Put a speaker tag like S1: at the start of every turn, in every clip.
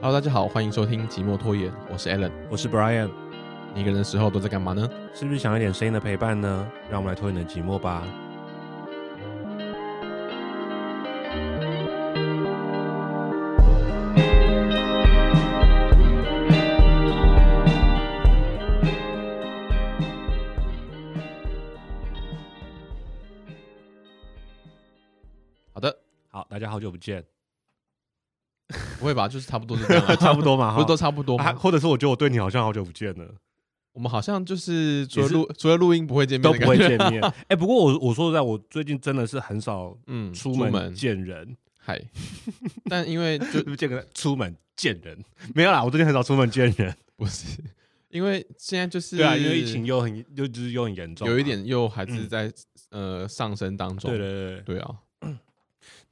S1: Hello，大家好，欢迎收听《寂寞拖延》，我是 Alan。
S2: 我是 Brian，
S1: 你一个人的时候都在干嘛呢？
S2: 是不是想要一点声音的陪伴呢？让我们来拖你的寂寞吧。
S1: 好的，
S2: 好，大家好久不 见，
S1: 不会吧？就是差不多是这样
S2: ，
S1: 啊
S2: 差不多嘛，哈
S1: 不是都差不多
S2: 啊
S1: 吗？
S2: 或者是我觉得我对你好像好久不见了，
S1: 我们好像就是除
S2: 也
S1: 了
S2: 是
S1: 录除了录音不会见面，
S2: 都不会见。面。 哎、不过我我说实在，我最近真的是很少
S1: 嗯，
S2: 出
S1: 门
S2: 门见人，
S1: 嗨，但因为 就
S2: 见个出门见人 没有啦，我最近很少出门见人。
S1: 不是因为现在就是
S2: 对啊，因为疫情又很又就是又很严重嘛，
S1: 有一点又还是
S2: 嗯
S1: 在呃上升当中。
S2: 对对对对，
S1: 对啊，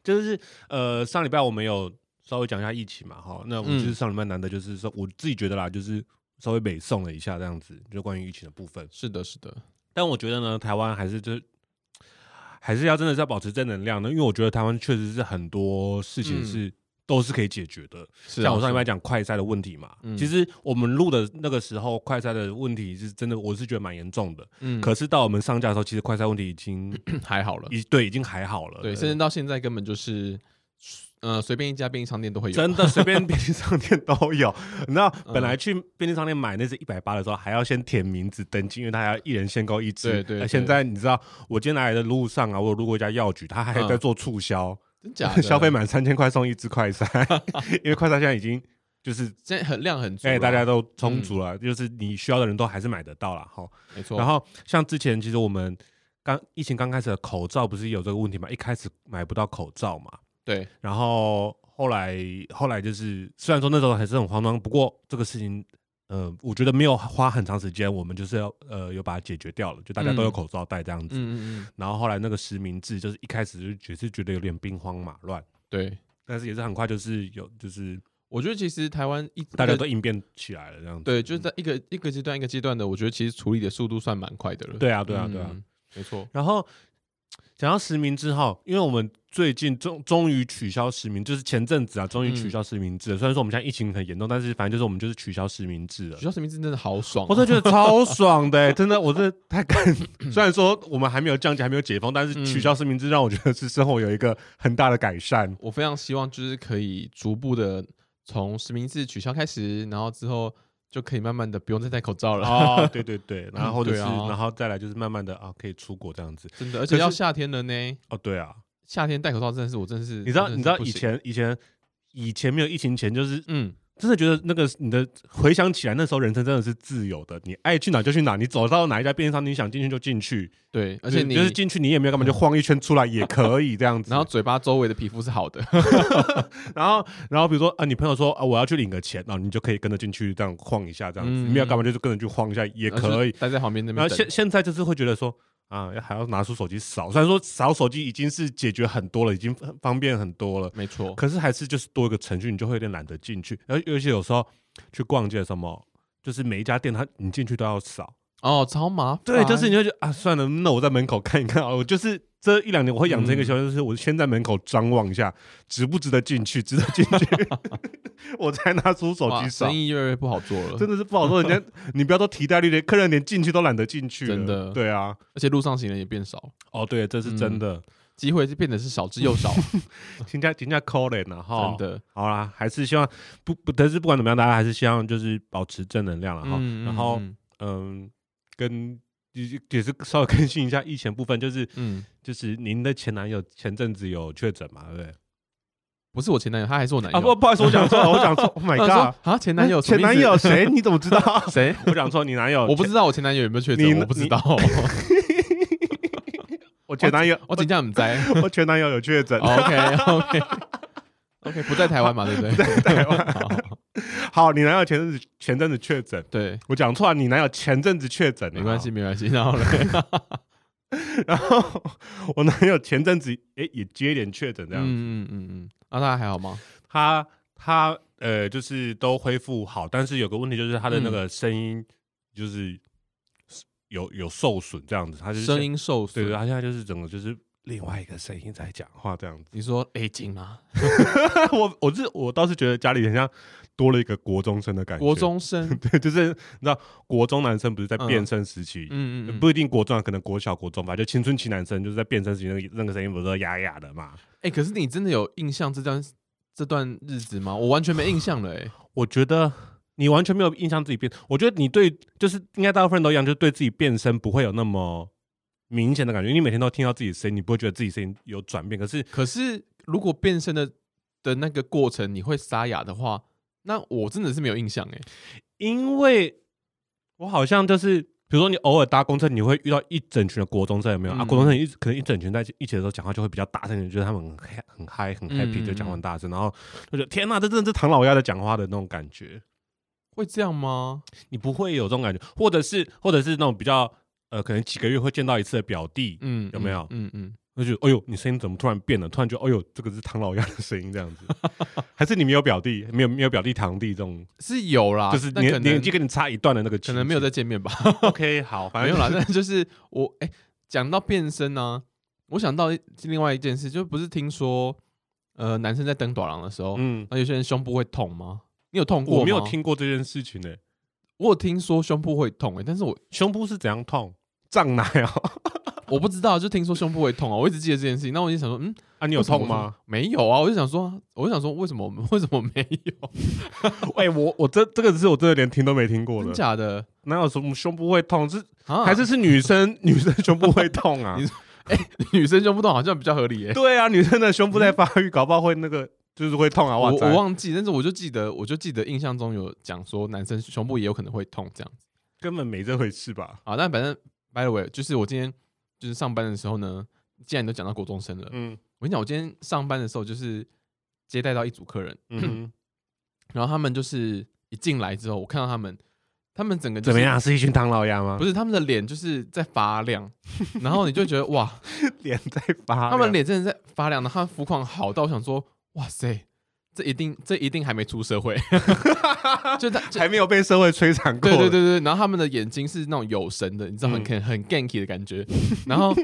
S2: 就是呃上礼拜我们有稍微讲一下疫情嘛，哈，那我
S1: 嗯
S2: 就是上礼拜难得就是说我自己觉得啦，就是稍微北送了一下这样子，就关于疫情的部分。
S1: 是的，是的，
S2: 但我觉得呢，台湾还是就是还是要真的是要保持正能量的，因为我觉得台湾确实是很多事情
S1: 嗯
S2: 是、都是可以解决的。
S1: 是啊
S2: 像我上礼
S1: 是
S2: 拜
S1: 啊
S2: 讲快筛的问题嘛，
S1: 嗯
S2: 其实我们录的那个时候，快筛的问题是真的，我是觉得蛮严重的。
S1: 嗯，
S2: 可是到我们上架的时候，其实快筛问题 已经
S1: 还 好了。
S2: 已对已经还好了，
S1: 对，甚至到现在根本就是呃随便一家便利商店都会有。
S2: 真的随便便利商店都有。你知道，
S1: 嗯
S2: 本来去便利商店买那是一百八的时候，还要先填名字登记，因为他要一人限购一支。
S1: 对对
S2: 呃
S1: 对
S2: 现在你知道，我今天来的路上啊，我有路过一家药局，他还在做促销，
S1: 真 假的
S2: 消费满三千块送一支 快筛，因为快筛现在已经就是。
S1: 现在很量很足啊，
S2: 哎，大家都充足
S1: 嗯
S2: 了，就是你需要的人都还是买得到了哈。
S1: 没错。
S2: 然后像之前，其实我们刚疫情刚开始的口罩不是有这个问题嘛？一开始买不到口罩嘛，
S1: 对，
S2: 然后后来后来就是，虽然说那时候还是很慌张，不过这个事情，呃，我觉得没有花很长时间，我们就是要呃有把它解决掉了，就大家都有
S1: 嗯
S2: 口罩戴这样子。
S1: 嗯嗯嗯，
S2: 然后后来那个实名制，就是一开始就也是觉得有点兵荒马乱，
S1: 对。
S2: 但是也是很快就是有就是
S1: 我觉得其实台湾一
S2: 大家都应变起来了这样子。
S1: 对，就是在一个一个阶段一个阶段的，我觉得其实处理的速度算蛮快的了。
S2: 对啊对啊对啊。
S1: 嗯，没错。
S2: 然后讲到实名制后，因为我们最近终终于取消实名，就是前阵子啊，终于取
S1: 嗯
S2: 消实名制了。虽然说我们现在疫情很严重，但是反正就是我们就是取消实名制了
S1: 学。校实名制真的好爽啊，
S2: 哦我真的觉得超爽的、欸真的，我真的太 感。虽然说我们还没有降级，还没有解封，但是
S1: 嗯
S2: 取消实名制让我觉得是生活有一个很大的改善。
S1: 我非常希望就是可以逐步的从实名制取消开始，然后之后就可以慢慢的不用再戴口罩了。
S2: 哦，对对对，然后或者
S1: 对
S2: 是，
S1: 啊
S2: 然后再来就是慢慢的啊，可以出国这样子。
S1: 真的，而
S2: 可
S1: 且
S2: 是
S1: 要夏天了呢，
S2: 哦，对啊，
S1: 夏天戴口罩真的是我真的是，
S2: 你知道，
S1: 我真的是
S2: 你知道
S1: 不
S2: 以
S1: 行，
S2: 前以前以前没有疫情前，就是
S1: 嗯，
S2: 真的觉得那个你的回想起来，那时候人生真的是自由的，你爱去哪就去哪，你走到哪一家便利商店，你想进去就进去，
S1: 对，而且
S2: 就
S1: 你嗯
S2: 就是进去你也没有干嘛，就晃一圈出来也可以这样子。
S1: 然后嘴巴周围的皮肤是好的，
S2: 然后，然后比如说啊，你朋友说啊，我要去领个钱，然后你就可以跟着进去这样晃一下，这样子，
S1: 嗯
S2: 你没有干嘛就是跟着去晃一下也
S1: 然后就
S2: 可以。
S1: 待在旁边那
S2: 然
S1: 边
S2: 后
S1: 等。
S2: 现现在就是会觉得说啊，还要拿出手机扫，虽然说扫手机已经是解决很多了，已经很方便很多了，
S1: 没错，
S2: 可是还是就是多一个程序，你就会有点懒得进去。而尤其有时候去逛街什么，就是每一家店它你进去都要扫，
S1: 哦，超麻烦。
S2: 对，就是你会觉得啊，算了，那我在门口看一看啊。我就是这一两年我会养成一
S1: 嗯
S2: 个习惯，就是我先在门口张望一下，值不值得进去，值得进 去，我才拿出手
S1: 哇
S2: 机扫
S1: 生。意越来越不好做了，
S2: 真的是不好说，人家你不要说提袋率，连客人连进去都懒得进去了。
S1: 真的嗯
S2: 对啊，
S1: 而且路上行人也变少，
S2: 哦，对，这是真的。
S1: 机会是变得是少之又少，
S2: 人家人家 call 人了哈
S1: 真，的。
S2: 好啦，还是希望不不，但是不管怎么样，大家还是希望就是保持正能量了哈。
S1: 嗯
S2: 然后
S1: 嗯
S2: 嗯，跟也也是稍微更新一下疫情部分，就是
S1: 嗯，
S2: 就是您的前男友前阵子有确诊嘛，对不对？
S1: 不是我前男友，他还是我男友。
S2: 啊，不，不好意思，我讲错了，我讲 错，Oh my
S1: 他说
S2: god，
S1: 啊，前男友，？
S2: 前男友 谁？你怎么知道
S1: 谁？
S2: 我讲错，你男 友，
S1: 我不知道我前男友有没有确
S2: 你
S1: 诊，我不知道。
S2: 我前男友，
S1: 我哦请假很在。
S2: 我前男友有确诊。
S1: OK OK OK，不在台湾嘛，对不对？在台湾。
S2: 好，你男友前阵子前阵子确诊，
S1: 对，
S2: 我讲错了，你男友前阵子确诊，啊
S1: 没关系，。没关系。然后 呢？
S2: 然后我男友前阵子诶也接连确诊这样子
S1: 嗯嗯嗯嗯，那他还好吗？
S2: 他他呃，就是都恢复好，但是有个问题就是他的那
S1: 嗯
S2: 个声音就是有有受损这样子，他就是
S1: 声音受
S2: 对对，
S1: 损，
S2: 他现在就是整个就是另外一个声音在讲话这样子。
S1: 你说 A 金吗？
S2: 我我是我倒是觉得家里很像多了一个国中生的感觉。
S1: 国中生，
S2: 对，就是你知道国中男生不是在
S1: 嗯
S2: 变声时期，
S1: 嗯嗯嗯，
S2: 不一定国中啊，可能国小、国中吧，就青春期男生就是在变声时期那个那个声音不是都哑哑的嘛？
S1: 哎、可是你真的有印象这段这段日子吗？我完全没印象了、欸，
S2: 我觉得你完全没有印象自己变，我觉得你对就是应该大部分人都一样，就是对自己变声不会有那么明显的感觉，因为你每天都听到自己的声音，你不会觉得自己声音有转变。可是
S1: 可是如果变身的的那个过程你会沙哑的话，那我真的是没有印象哎、
S2: 因为我好像就是，比如说你偶尔搭公车，你会遇到一整群的国中生，有没有、啊？
S1: 嗯
S2: 国中生一可能一整群在一起的时候讲话就会比较大声，你觉得他们很嗨很嗨很
S1: 嗯
S2: happy，、
S1: 嗯
S2: 就讲话很大声，然后就觉得天哪，这真的是唐老鸭在讲话的那种感觉，
S1: 会这样吗？
S2: 你不会有这种感觉，或者是或者是那种比较呃，可能几个月会见到一次的表弟，
S1: 嗯，
S2: 有没有
S1: 嗯嗯，
S2: 就觉得哎呦，你声音怎么突然变了？突然觉得哎呦，这个是唐老鸭的声音这样子，还是你没有表弟，没有没有表弟堂弟这种，
S1: 是有啦，
S2: 就是
S1: 啊但可
S2: 年
S1: 能
S2: 年纪跟你差一段的那个亲戚，
S1: 可能没有再见面吧，
S2: OK 好， 反
S1: 没
S2: 正
S1: 有啦。但就是我哎，讲、到变身呢、我想到一另外一件事，就不是听说呃男生在登短廊的时候，那、
S2: 嗯，
S1: 有些人胸部会痛吗？你有痛过吗？
S2: 我没有，听过这件事情呢、欸
S1: 我有听说胸部会痛哎、但是我
S2: 胸部是怎样痛？胀奶 哦？
S1: 我不知道，就听说胸部会痛啊，我一直记得这件事情。那我就想说，嗯，
S2: 啊，你
S1: 你
S2: 有痛吗？？
S1: 没有啊，我就想说，我就想说，为什么我们 为什么没有？
S2: 哎、我我这这个是我真的连听都没听过
S1: 真
S2: 的，
S1: 假的
S2: 哪有什么胸部会痛？是、
S1: 啊？
S2: 还是是女 生女生胸部会痛啊
S1: 你？女生胸部痛好像比较合理耶、
S2: 对啊，女生的胸部在发育，搞不好会那个就是会痛 啊！
S1: 我
S2: 哇
S1: 我
S2: 塞，
S1: 忘记，但是我就记得，我就记得印象中有讲说男生胸部也有可能会痛这样子
S2: 根本没这回事吧？
S1: 啊。但反正 by the way，就是我今天就是上班的时候呢，既然你都讲到国中生了，
S2: 嗯
S1: 我跟你讲，我今天上班的时候就是接待到一组客人，
S2: 嗯哼，
S1: 然后他们就是一进来之后，我看到他们，他们整个、
S2: 怎么？样？是一群唐老鸭吗？
S1: 不是他们的脸就是在发亮，然后你就觉得哇，
S2: 是脸在 发，
S1: 他们脸真的在发亮，然后他们肤况好到我想说，哇塞，这一定这一定还没出社会， 就他就
S2: 还没有被社会摧残过。
S1: 对对对对，然后他们的眼睛是那种有神的，你知道很
S2: 嗯
S1: 很很 ganky 的感觉，然后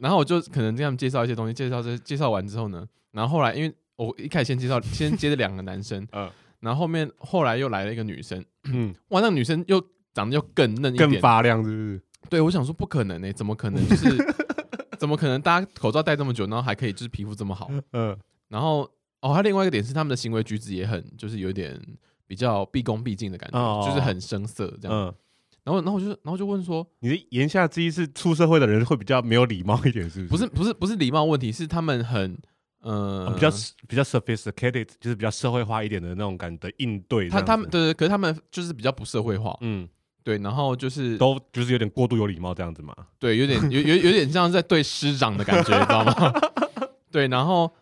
S1: 然后我就可能跟他们介绍一些东西，介绍这介绍完之后呢，然后后来因为我一开始先介绍先接了两个男生，
S2: 嗯
S1: 然后后面后来又来了一个女生，
S2: 嗯，
S1: 哇，那个女生又长得又更嫩一点，
S2: 更发亮是不是？
S1: 对，我想说不可能欸呢、怎么可能？就是 怎么可能？大家口罩戴这么久，然后还可以就是皮肤这么 好？
S2: 嗯
S1: 然后哦，还有另外一个点是他们的行为举止也很就是有点比较毕恭毕敬的感觉，
S2: 哦
S1: 就是很生涩这样。
S2: 嗯。
S1: 然后然后我就然后就问说，
S2: 你的言下之意是出社会的人会比较没有礼貌一点，是
S1: 不
S2: 不是？
S1: 是不是不是礼貌问题，是他们很呃、
S2: 呃比较比较 sophisticated，就是比较社会化一点的那种感觉的应对这
S1: 他
S2: 样子。
S1: 他们对对，可是他们就是比较不社会化，
S2: 嗯，
S1: 对，然后就是
S2: 都就是有点过度有礼貌这样子嘛。
S1: 对，有点有有有点像在对师长的感觉，你知道吗？ 对，然后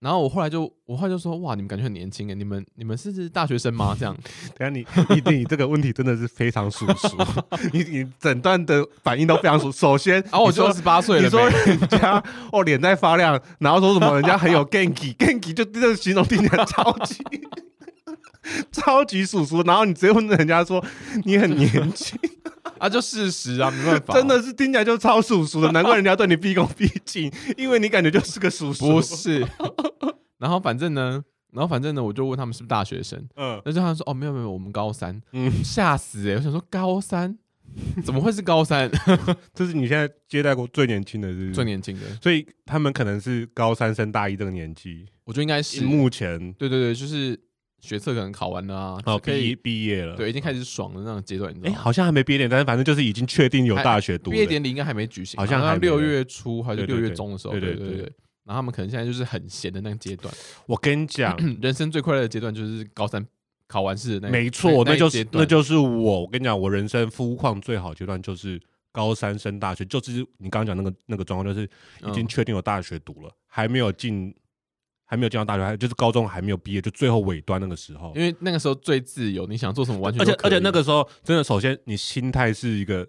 S1: 然后我后来就我后来就说，哇，你们感觉很年轻诶，你们你们是大学生吗？这样，
S2: 等下你你你这个问题真的是非常熟 熟，你你整段的反应都非常熟。首先，
S1: 然后啊我
S2: 你
S1: 就
S2: 说
S1: 二十八岁
S2: 你
S1: 了
S2: 说
S1: 没，
S2: 人家哦脸在发亮，然后说什么人家很有 ganky ganky，就这个形容听起来超级 超级叔叔，然后你直接问人家说你很年轻，
S1: 啊，就事实啊，没办法，
S2: 真的是听起来就超叔叔的，难怪人家对你毕恭毕敬，因为你感觉就是个叔叔。
S1: 不，是。然后反正呢，然后反正呢，我就问他们是不是大学生，
S2: 嗯
S1: 那就他们说哦，没有没有，我们高三，
S2: 嗯，
S1: 吓死哎、我想说高三 怎么会是高三？
S2: 这是你现在接待过最年轻的，是不
S1: 最
S2: 是？
S1: 年轻的，
S2: 所以他们可能是高三升大一这个年纪，
S1: 我觉得应该是，
S2: 目前
S1: 对对对，就是学测可能考完了啊，
S2: 哦
S1: 可
S2: 毕
S1: 以，
S2: 毕业了，
S1: 对，已经开始爽的那种阶段，你知
S2: 哎、
S1: 道吗？
S2: 好像还没毕业典礼，但是反正就是已经确定有大学读
S1: 毕业
S2: 了。
S1: 典礼应该还没举行吧，
S2: 好像还没
S1: 六月初还是
S2: 对对
S1: 六月
S2: 对
S1: 中的时候，
S2: 对
S1: 对
S2: 对
S1: 对
S2: 对
S1: 对。然后他们可能现在就是很闲的那个阶段，
S2: 我跟你讲，
S1: 人生最快乐的阶段就是高三考完试的那一，
S2: 没错，
S1: 那
S2: 那
S1: 一
S2: 就
S1: 阶
S2: 是
S1: 段
S2: 那就是我。我跟你讲，我人生肤况最好阶段就是高三升大学，就是你刚刚讲那个那个状况，就是已经
S1: 嗯
S2: 确定有大学读了，还没有进，还没有进到大学，还就是高中还没有毕业，就最后尾端那个时候
S1: 因。为那个时候最自由，你想做什么完全
S2: 而
S1: 都
S2: 且
S1: 可
S2: 而且
S1: 以
S2: 那个时候，真的首先你心态是一个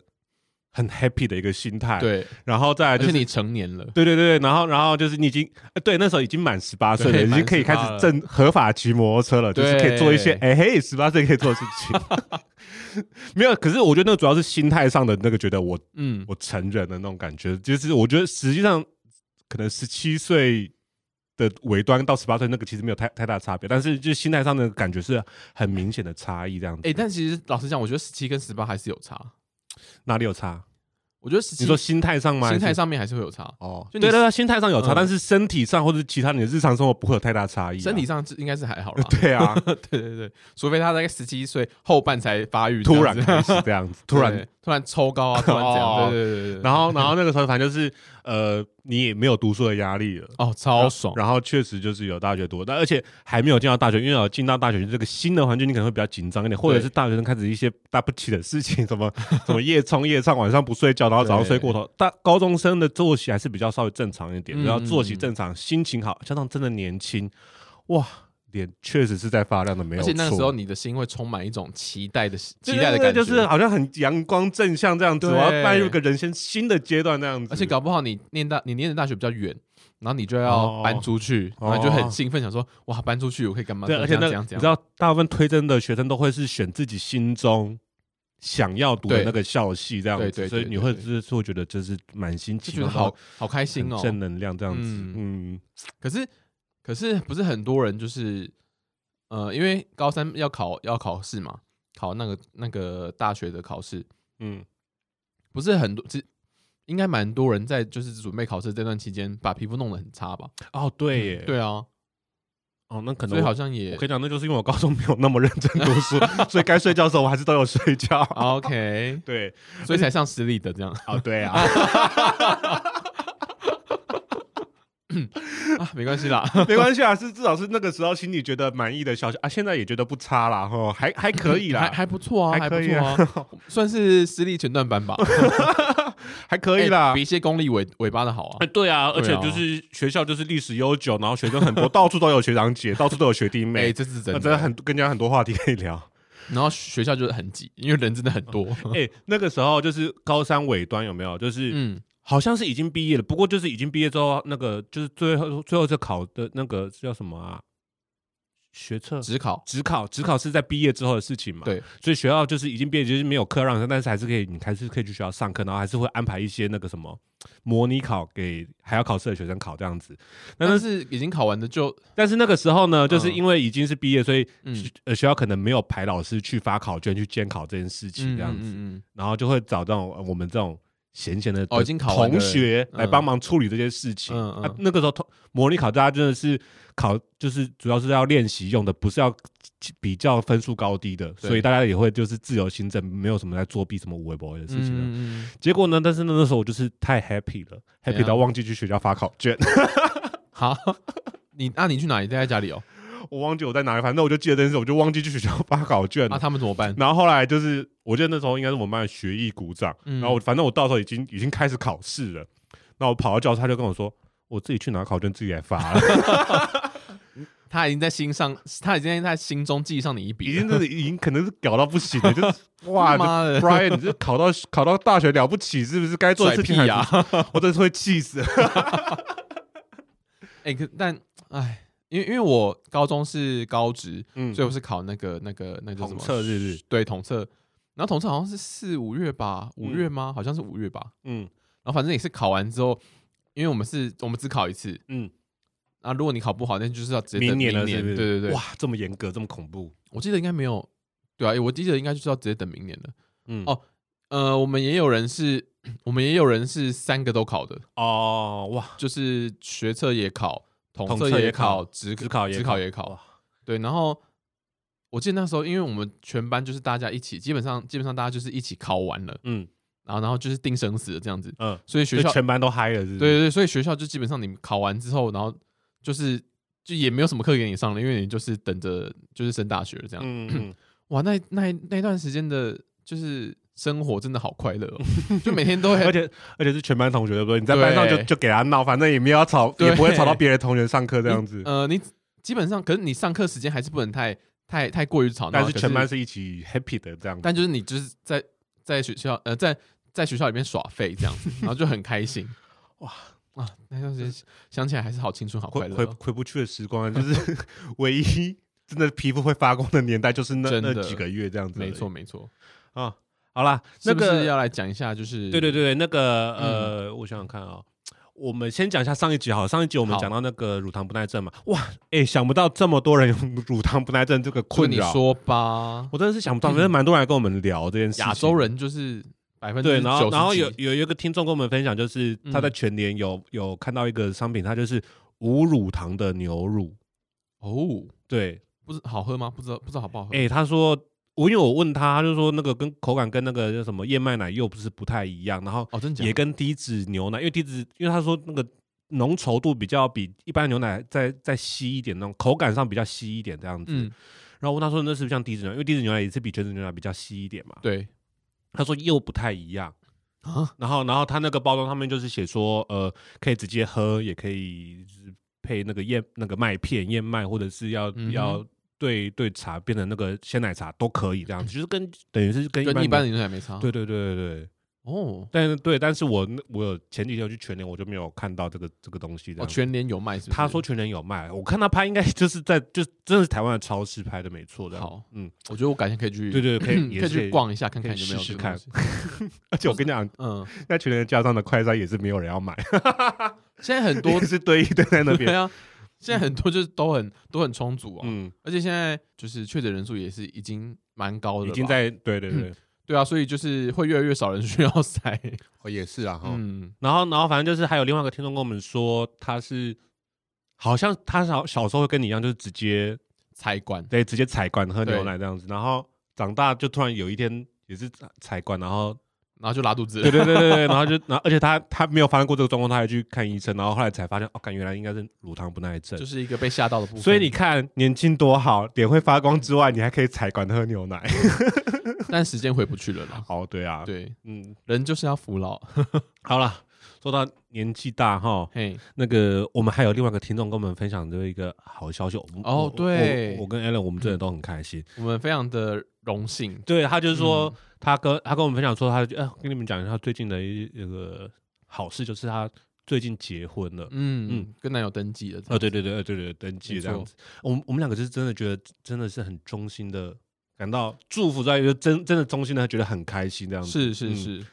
S2: 很 happy 的一个心态，，
S1: 对，
S2: 然后再来
S1: 而
S2: 就
S1: 且
S2: 是。
S1: 你成年了，
S2: 对对对，然后然后就是你已经呃对那时候已经满十八岁了，
S1: 对
S2: 已经可以开
S1: 满
S2: 始
S1: 18
S2: 正合法骑摩托车了，就是可以做一些哎嘿十八岁可以做的事情。没有，可是我觉得那个主要是心态上的那个，觉得我
S1: 嗯，
S2: 我成人的那种感觉，就是我觉得实际上可能十七岁的尾端到十八岁那个其实没有太太大差别，但是就是心态上的感觉是很明显的差异这样子。
S1: 哎、但其实老实讲，我觉得十七跟十八还是有差。
S2: 哪里有差？
S1: 我觉得十七
S2: 你说心态上吗？
S1: 心
S2: 还
S1: 态
S2: 是
S1: 上面还是会有差，
S2: 哦，
S1: 就
S2: 对
S1: 你
S2: 对对，心态上有差，
S1: 嗯
S2: 但是身体上或者其他你的日常生活不会有太大差异啊、。
S1: 身体上应该是还好啦
S2: 对啊，
S1: 对对对，除非他大概十七岁后半才发育这
S2: 突
S1: 样
S2: 然
S1: 子，
S2: 开始这样子，突然
S1: 对突然抽高 啊，突然这
S2: 哦
S1: 样，对对对对对，
S2: 然后，然后那个时候反正就是，呃，你也没有读书的压力了，
S1: 哦，超爽，
S2: 然后确实就是有大学读，但而且还没有进到大学，因为有进到大学这个新的环境，你可能会比较紧张一点，或者是大学生开始一些搭不起的事情，什么什么夜冲夜唱，晚上不睡觉，然后早上睡过头。大高中生的作息还是比较稍微正常一点，
S1: 嗯
S2: 然后作息正常，心情好，加上真的年轻，哇，脸确实是在发亮的，没有
S1: 而
S2: 错。
S1: 且那个时候你的心会充满一种期待的期
S2: 对
S1: 待的
S2: 对对
S1: 感觉，
S2: 就是好像很阳光正向这样子，我
S1: 对
S2: 要迈入一个人生新的阶段那样子，
S1: 而且搞不好你念大你念的大学比较远，然后你就要搬出去，
S2: 哦
S1: 然后你就很兴奋，想说哇搬出去我可以干嘛？
S2: 对，而且那
S1: 这样
S2: 你
S1: 这
S2: 知
S1: 样
S2: 道，大部分推甄的学生都会是选自己心中想要读的
S1: 对
S2: 那个校系这样
S1: 对
S2: 子，
S1: 对
S2: 所以
S1: 对
S2: 你
S1: 对
S2: 会
S1: 对
S2: 就是会觉得这是满心
S1: 就
S2: 期
S1: 觉
S2: 望，
S1: 得好好开
S2: 很
S1: 心哦。
S2: 正能量这样子，
S1: 嗯
S2: 嗯，
S1: 可是可是不是很多人就是呃，因为高三要考要考试嘛，考那个那个大学的考试，
S2: 嗯，
S1: 不是很多，只应该蛮多人在就是准备考试这段期间把皮肤弄得很差吧？
S2: 哦，对耶，
S1: 对啊，
S2: 哦，那可能
S1: 所以
S2: 我
S1: 好像
S2: 我
S1: 也
S2: 跟你讲，那就是因为我高中没有那么认真读 书，所以该睡觉的时候我还是都有睡觉。
S1: 啊 OK，
S2: 对，
S1: 所以才上私立的 这样
S2: 哦，对啊，
S1: 啊，没关系 啦。
S2: 没关系啊，是至少是那个时候心里觉得满意的小小啊，现在也觉得不差啦，吼，还 还可以
S1: 还
S2: 啦，
S1: 还不错啊，
S2: 还
S1: 还
S2: 可
S1: 不
S2: 以
S1: 错啊， 算是私立全段班吧，
S2: 还可以啦
S1: 欸，比一些公立尾尾巴的好啊
S2: 哎、。对啊，而
S1: 对
S2: 且
S1: 啊
S2: 就是学校就是历史悠久，然后学生很多，到处都有学长 姐，到处都有学弟
S1: 哎、
S2: 妹，
S1: 这是
S2: 那
S1: 真
S2: 啊真
S1: 的。
S2: 的很跟人家很多话题可以 聊。
S1: 然后学校就是很挤，因为人真的很 多。
S2: 哎、那个时候就是高三尾端有没有？就是、
S1: 嗯，
S2: 好像是已经毕业了，不过就是已经毕业之后，那个就是最后最后这考的那个叫什么啊？学测。
S1: 只考
S2: 职考，职考是在毕业之后的事情嘛？
S1: 对，
S2: 所以学校就是已经毕业，就是没有课让上，但是还是可以，你还是可以去学校上课，然后还是会安排一些那个什么模拟考给还要考试的学生考这样子。那
S1: 但是已经考完的就
S2: 但是那个时候呢，就是
S1: 嗯
S2: 因为已经是毕业，所以、
S1: 嗯
S2: 学呃学校可能没有排老师去发考卷去监考这件事情这样子，
S1: 嗯嗯嗯
S2: 然后就会找这种呃我们这种闲闲的
S1: 哦已经考完的
S2: 同
S1: 人
S2: 学
S1: 嗯
S2: 来帮忙处理这些事情。
S1: 嗯嗯
S2: 啊那个时候同模拟考大家真的是考，就是主要是要练习用的，不是要比较分数高低的，
S1: 对
S2: 所以大家也会就是自由行政，没有什么在作弊什么无为博的事情的。
S1: 嗯嗯嗯
S2: 结果呢，但是呢那时候我就是太 happy 了
S1: 怎
S2: ，happy
S1: 样
S2: 到忘记去学校发考卷。
S1: 好， 你那、你去哪里？待在家里哦。
S2: 我忘记我在哪里，反正我就记得这件事，我就忘记去学校发考卷
S1: 那、
S2: 了。
S1: 啊他们怎么办？
S2: 然后后来就是，我记得那时候应该是我们班的学艺鼓掌，
S1: 嗯
S2: 然后我反正我到时候已经已经开始考试了，那我跑到教室，他就跟我说，我自己去拿考卷自己来发了，
S1: 他已经在心上，他已经在心中记上你一
S2: 已
S1: 笔了。
S2: 经真的已经可能是搞到不行 了，就是哇这
S1: 妈的，
S2: ，Brian，你这考到考到大学了不起是不是？该做
S1: 拽
S2: 的事
S1: 屁啊
S2: 情还
S1: 呀、
S2: 不 我真是会气死。
S1: 哎、可但哎，因为因为我高中是高职，
S2: 嗯，
S1: 所以我是考那个那个那个叫什
S2: 统
S1: 么
S2: 测是不是？
S1: 对统测，然后统测好像是四五月吧，五月吗？好像是五月吧。
S2: 嗯
S1: 然后反正也是考完之后，因为我们是我们只考一次，
S2: 嗯，
S1: 啊，如果你考不好，那就是要直接等
S2: 明
S1: 明
S2: 年了是不是？
S1: 对对对，
S2: 哇，这么严格，这么恐怖。
S1: 我记得应该没有，对啊，诶我记得应该就是要直接等明年了。
S2: 嗯
S1: 哦呃，我们也有人是，我们也有人是三个都考的，
S2: 哦哇，
S1: 就是学测也考，统
S2: 统
S1: 测
S2: 测也
S1: 也
S2: 考
S1: 考，职
S2: 只考也
S1: 职考也考。
S2: 哇
S1: 对，然后我记得那时候，因为我们全班就是大家一起，基本上基本上大家就是一起考完了，
S2: 嗯
S1: 然后然后就是定生死的这样子，
S2: 嗯，
S1: 所以学校
S2: 就全班都嗨了，是不是？
S1: 对对对，所以学校就基本上你考完之后，然后就是就也没有什么课给你上了，因为你就是等着就是升大学了这样。
S2: 嗯，嗯，
S1: 哇，那那那段时间的就是生活真的好快 乐、哦，就每天都
S2: 嗯而
S1: 很
S2: 且而且是全班同学，对不对？你在班上就
S1: 对
S2: 就给他闹，反正也没有要吵，也
S1: 对
S2: 不会吵到别的同学上课这样子。
S1: 呃，你基本上可是你上课时间还是不能太太太过于吵闹，
S2: 但是
S1: 可
S2: 全班是一起 happy 的这样子。
S1: 但就是你就是在在学校呃在在学校里面耍废这样子，然后就很开心，
S2: 哇
S1: 哇，那段时间想起来还是好青春好快
S2: 回
S1: 乐
S2: 回
S1: 哦、
S2: 回不去的时光， 就是唯一真的皮肤会发光的年代，就是那
S1: 真
S2: 那
S1: 的
S2: 几个月这样子而已。
S1: 没错没错，
S2: 啊，好啦，那
S1: 是不嗯
S2: 个
S1: 是要来讲一下就是
S2: 对对对对，那个呃，我想想看啊。我们先讲一下上一集好了，上一集我们
S1: 好
S2: 讲到那个乳糖不耐症嘛，哇，哎、想不到这么多人有乳糖不耐症这个
S1: 就
S2: 困
S1: 你
S2: 扰，
S1: 说吧，
S2: 我真的是想不到，真的蛮多人来跟我们聊这件事情。
S1: 亚洲人就是百分之
S2: 对，然后
S1: 九
S2: 然后
S1: 十
S2: 有
S1: 几，嗯
S2: 有一个听众跟我们分享，就是他在全联有、有看到一个商品，它就是无乳糖的牛乳，
S1: 哦，
S2: 对，
S1: 不是好喝吗？不知道不知道好不好喝？
S2: 哎、他说。我因为我问他，他就说那个跟口感跟那个叫什么燕麦奶又不是不太一样，然后
S1: 哦，真假
S2: 也
S1: 的？
S2: 跟低脂牛奶，因为低脂，因为他说那个浓稠度比较比一般牛奶再再稀一点，那种口感上比较稀一点这样子。
S1: 嗯，
S2: 然后我问他说那是不是像低脂牛奶，因为低脂牛奶也是比全脂牛奶比较稀一点嘛。
S1: 对
S2: 他说又不太一样。
S1: 啊，
S2: 然后，然后他那个包装上面就是写说，呃，可以直接喝，也可以就是配那个燕那个麦片、燕麦，或者是要、
S1: 嗯哼
S2: 要兑兑茶变成那个鲜奶茶都可以这样子，就是跟等于是跟
S1: 嗯跟一般的
S2: 的
S1: 牛奶没差。
S2: 对对对对对。
S1: 哦，
S2: 但是对，但是我那我有前几天有去全联，我就没有看到这个这个东西的
S1: 哦，。全年有卖是不是？
S2: 他说全联有卖，我看他拍应该就是在就是真的是台湾的超市拍的，没错的。
S1: 好，
S2: 嗯，
S1: 我觉得我改天可以去，
S2: 对对，可以也
S1: 可以
S2: 是可
S1: 去
S2: 以。
S1: 逛一下看看
S2: 可以
S1: 有没有
S2: 试试
S1: 这个东
S2: 看
S1: 西。
S2: 而且我跟你讲，
S1: 嗯，
S2: 在全联架上的快餐也是没有人要买，
S1: 现在很多
S2: 多是堆一堆 在那
S1: 对
S2: 边。
S1: 啊，现在很多就是都 很都很充足啊，
S2: 嗯，
S1: 而且现在就是确诊人数也是已经蛮高的吧，
S2: 已经在对对对，
S1: 对啊，所以就是会越来越少人需要塞。
S2: 哦也是啊哈。
S1: 嗯，
S2: 然后然后反正就是还有另外一个听众跟我们说，他是好像他小小时候会跟你一样，就是直接
S1: 菜馆
S2: 对直接采管喝
S1: 对
S2: 牛奶这样子，然后长大就突然有一天也是采管，然后
S1: 然后就拉肚子
S2: 对，对对对对，然后就然后而且他他没有发生过这个状况，他还去看医生，然后后来才发现哦，感原来应该是乳糖不耐症
S1: 就。是一个被吓到的部分。
S2: 所以你，看，年轻多好，脸会发光之外，你还可以采管喝牛奶。
S1: 但时间回不去了啦。
S2: 哦，对啊，
S1: 对，
S2: 嗯，
S1: 人就是要服老。
S2: 好了，说到年纪大哈，
S1: 嘿，
S2: 那个，我们还有另外一个听众跟我们分享这一个好消息。我们
S1: 哦
S2: 我
S1: 对嗯
S2: 我，我跟 Alan 我们真的都很开心。
S1: 我们非常的荣幸。
S2: 对他就是
S1: 嗯
S2: 说，他跟他跟我们分享说，他就呃跟你们讲一下他最近的一一个好事，就是他最近结婚了。
S1: 嗯
S2: 嗯
S1: 嗯，跟男友登记了。
S2: 呃，对对对，呃对对，对登记
S1: 没
S2: 这样
S1: 错
S2: 子。我们我们两个就是真的觉得真的是很衷心的感到祝福在，就真真的衷心的觉得很开心这样子。
S1: 是是
S2: 嗯
S1: 是，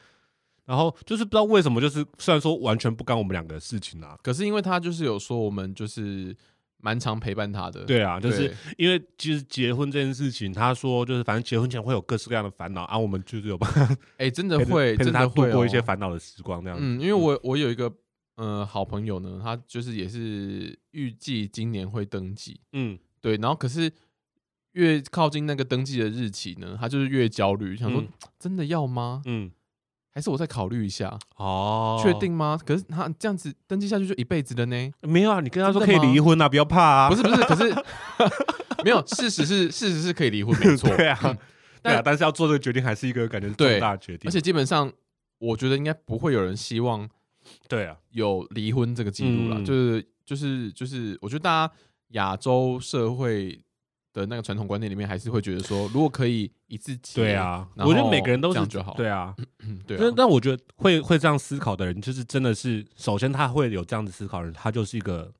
S2: 然后就是不知道为什么，就是虽然说完全不干我们两个的事情啊，
S1: 可是因为他就是有说我们就是蛮常陪伴他的，
S2: 对啊，就
S1: 呃对，
S2: 是因为其实结婚这件事情，他说就是反正结婚前会有各式各样的烦恼啊，我们就是有帮他
S1: 哎，真的
S2: 陪着
S1: 会，
S2: 陪着
S1: 真
S2: 他
S1: 的
S2: 度
S1: 会
S2: 过一些
S1: 哦
S2: 烦恼的时光这样子。
S1: 嗯，因为我我有一个呃好朋友呢，他就是也是预计今年会登记，
S2: 嗯，
S1: 对，然后可是越靠近那个登记的日期呢，他就是越焦虑，想说、
S2: 嗯
S1: 真的要吗？
S2: 嗯，
S1: 还是我再考虑一下，
S2: 哦，
S1: 确定吗？可是他这样子登记下去就一辈子了呢？
S2: 没有啊？你跟他说
S1: 真
S2: 可
S1: 的
S2: 以
S1: 吗
S2: 离婚啊，不要怕啊，
S1: 不是不是，可是 没有，事实是事实是可以离婚，没错，
S2: 对啊，对啊
S1: 但，
S2: 但是要做这个决定还是一个感觉重
S1: 对
S2: 大的决定，
S1: 而且基本上我觉得应该不会有人希望
S2: 对啊，
S1: 有离婚这个记录啦，
S2: 嗯
S1: 就是就是就是，我觉得大家亚洲社会的那个传统观念里面，还是会觉得说，如果可以一次结，
S2: 对，啊，
S1: 然
S2: 我
S1: 后
S2: 觉得每个人都
S1: 这
S2: 是
S1: 样就好
S2: 对啊，
S1: 嗯，对
S2: 但
S1: 啊，
S2: 但我觉得会会这样思考的人，就是真的是，首先他会有这样子思考的人，他就是一个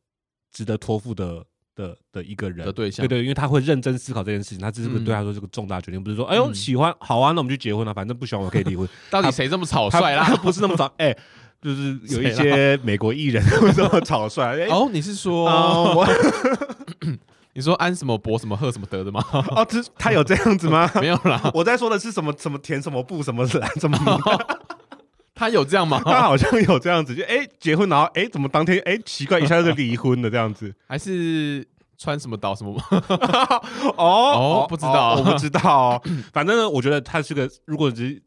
S2: 值得托付的的的一个人
S1: 的对象
S2: 对对，因为他会认真思考这件事情，他只是个
S1: 嗯
S2: 对他说这个重大决定，不是说哎呦
S1: 嗯
S2: 喜欢好啊，那我们就结婚了，反正不喜欢我可以 离婚，
S1: 到底
S2: 他
S1: 谁这么草
S2: 他
S1: 率哦啦
S2: 他？不是那么早，哎，就是 有一
S1: 谁
S2: 些美国艺人会这么草率，哎。
S1: 哦，你是
S2: 哦，
S1: 说
S2: 我
S1: 你说安什么博什么赫什么德的吗？
S2: 哦，这他有这样子吗？
S1: 没有啦，
S2: 我在说的是什么什么田什么布什么蓝什么，
S1: 他有这样 吗？
S2: 他好像有这样子，就哎结婚，然后哎怎么当天哎奇怪一下就离婚了这 样子。
S1: 还是穿什么岛什么？
S2: 哦
S1: 哦不知道
S2: 哦我不知道哦。反正呢，我觉得他是个，如果只是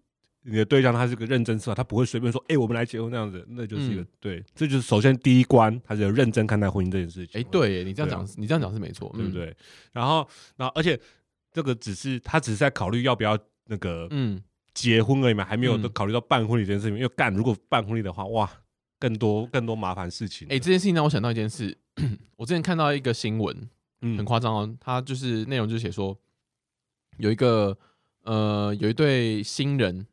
S2: 你的对象他是个认真思考，他不会随便说，哎、我们来结婚那样子，那就是一个、
S1: 嗯
S2: 对，这就是首先第一关，他是有认真看待婚姻这件事情。
S1: 哎，，对耶，你这样
S2: 对啊
S1: 讲，你这样讲是没错，
S2: 对不
S1: 嗯？
S2: 对？然后，然后，而且这个只是他只是在考虑要不要那个
S1: 嗯，
S2: 结婚而已嘛，还没有
S1: 嗯
S2: 都考虑到办婚礼这件事情。因为干，如果办婚礼的话，哇，更多更多麻烦事情。
S1: 哎，这件事情让我想到一件事， 我之前看到一个新闻，很
S2: 嗯，
S1: 夸张哦。他就是内容就是写说，有一个呃有一对新人，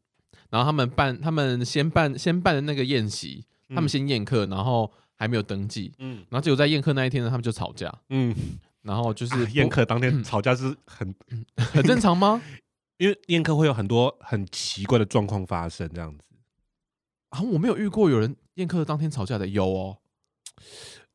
S1: 然后他们办他们先办先办的那个宴席，他们先宴客，然后还没有登记，
S2: 嗯
S1: 然后结果在宴客那一天呢，他们就吵架，
S2: 嗯，
S1: 然后就是、嗯
S2: 是啊宴客当天吵架是很
S1: 很 正常吗？
S2: 因为宴客会有很多很奇怪的状况发生，这样子。
S1: 啊，我没有遇过有人宴客当天吵架的，有哦。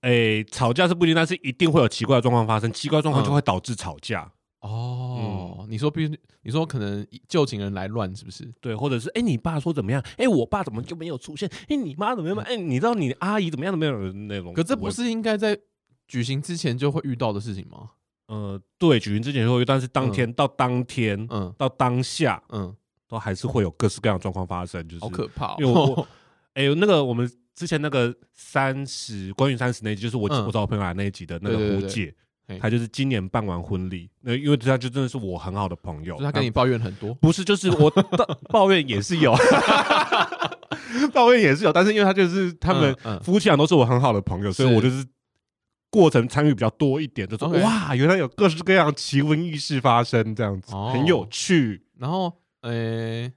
S2: 诶、吵架是不一定，但是一定会有奇怪的状况发生，奇怪的状
S1: 嗯
S2: 况就会导致吵架。
S1: 哦，
S2: 嗯
S1: 你说必须，你说可能旧情人来乱是不是？
S2: 对，或者是哎、诶你爸说怎么样？哎、我爸怎么就没有出现？哎、你妈怎么样？哎、你知道你阿姨怎么样？怎么样？那种。
S1: 可这不
S2: 我，
S1: 是应该在举行之前就会遇到的事情吗？
S2: 呃，对，举行之前会有，但是当天、到当天、
S1: 嗯
S2: 到当下
S1: 嗯，
S2: 都还是会有各式各样的状况发生，就是
S1: 好可怕、哦。
S2: 因为我 我哎、那个我们之前那个三十关于三十那一集，就是我、
S1: 嗯
S2: 我找我朋友来那一集的那个
S1: 对对对
S2: 胡
S1: 对
S2: 姐，
S1: 嘿
S2: 她就是今年办完婚礼，那因为她就真的是我很好的朋友，
S1: 就是他跟你
S2: 那
S1: 抱怨很多，
S2: 不是就是 我到抱怨也是有， 抱怨也是有，但是因为她就是他们
S1: 嗯嗯
S2: 夫妻俩都是我很好的朋友，所以
S1: 是
S2: 我就是。过程参与比较多一点，就是
S1: OK
S2: 哇，原来有各式各样奇闻异事发生，这样子、
S1: 哦
S2: 很有趣。
S1: 然后呃，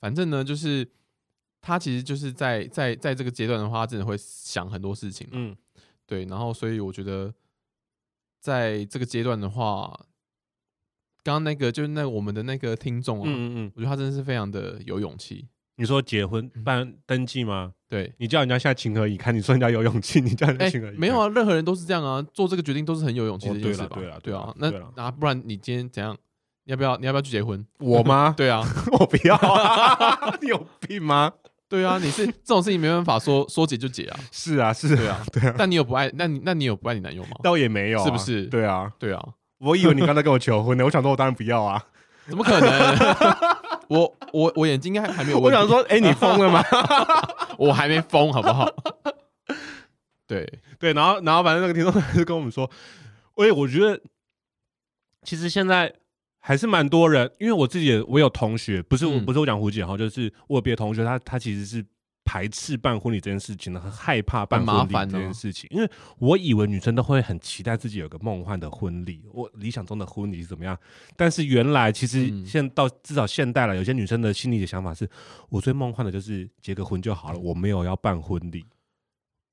S1: 反正呢，就是他其实就是在在在这个阶段的话，他真的会想很多事情。
S2: 嗯，
S1: 对，然后所以我觉得，在这个阶段的话，刚刚那个就是那我们的那个听众啊，
S2: 嗯嗯嗯，
S1: 我觉得他真的是非常的有勇气。
S2: 你说结婚
S1: 嗯
S2: 办登记吗？
S1: 对，
S2: 你叫人家下情何以堪？你说人家有勇气，你叫人
S1: 哎、
S2: 家情何以堪？
S1: 没有啊，任何人都是这样啊，做这个决定都是很有勇气
S2: 哦
S1: 的一件
S2: 对
S1: 事
S2: 啦
S1: 吧？
S2: 对啦
S1: 对
S2: 对
S1: 啊
S2: 啦，
S1: 那
S2: 对啦
S1: 啊，不然你今天怎样？你要不要？你要不要去结婚？
S2: 我吗？
S1: 对啊，
S2: 我不要、啊， 你有病吗？
S1: 对啊，你是这种事情没办法说说解就解啊，
S2: 是啊，是
S1: 对
S2: 啊，
S1: 啊，对啊。 但你有不爱？那你那你有不爱你男友吗？
S2: 倒也没有啊、
S1: 是不是
S2: 对啊，
S1: 对啊，
S2: 我以为你刚才跟我求婚呢，我想说我当然不要啊，
S1: 怎么可 能？我我我眼睛应该还没有问
S2: 我
S1: 题。
S2: 想说，哎、你疯了吗？
S1: 我还没疯，好不 好？对，
S2: 对，然后然后反正那个听众 还是跟我们说，哎，我觉得其实现在还是蛮多人，因为我自己也我有同学，不是我、
S1: 嗯
S2: 不是我讲胡姐哈，就是我有别的同学，他他其实是排斥办婚礼这件事情的，很害怕办
S1: 很
S2: 婚
S1: 麻
S2: 礼
S1: 烦
S2: 这件
S1: 哦
S2: 事情，因为我以为女生都会很期待自己有个梦幻的婚礼，我理想中的婚礼是怎么样，但是原来其实
S1: 嗯
S2: 现到、至少现代了，有些女生的心里的想法是，我最梦幻的就是结个婚就好了，我没有要办婚礼。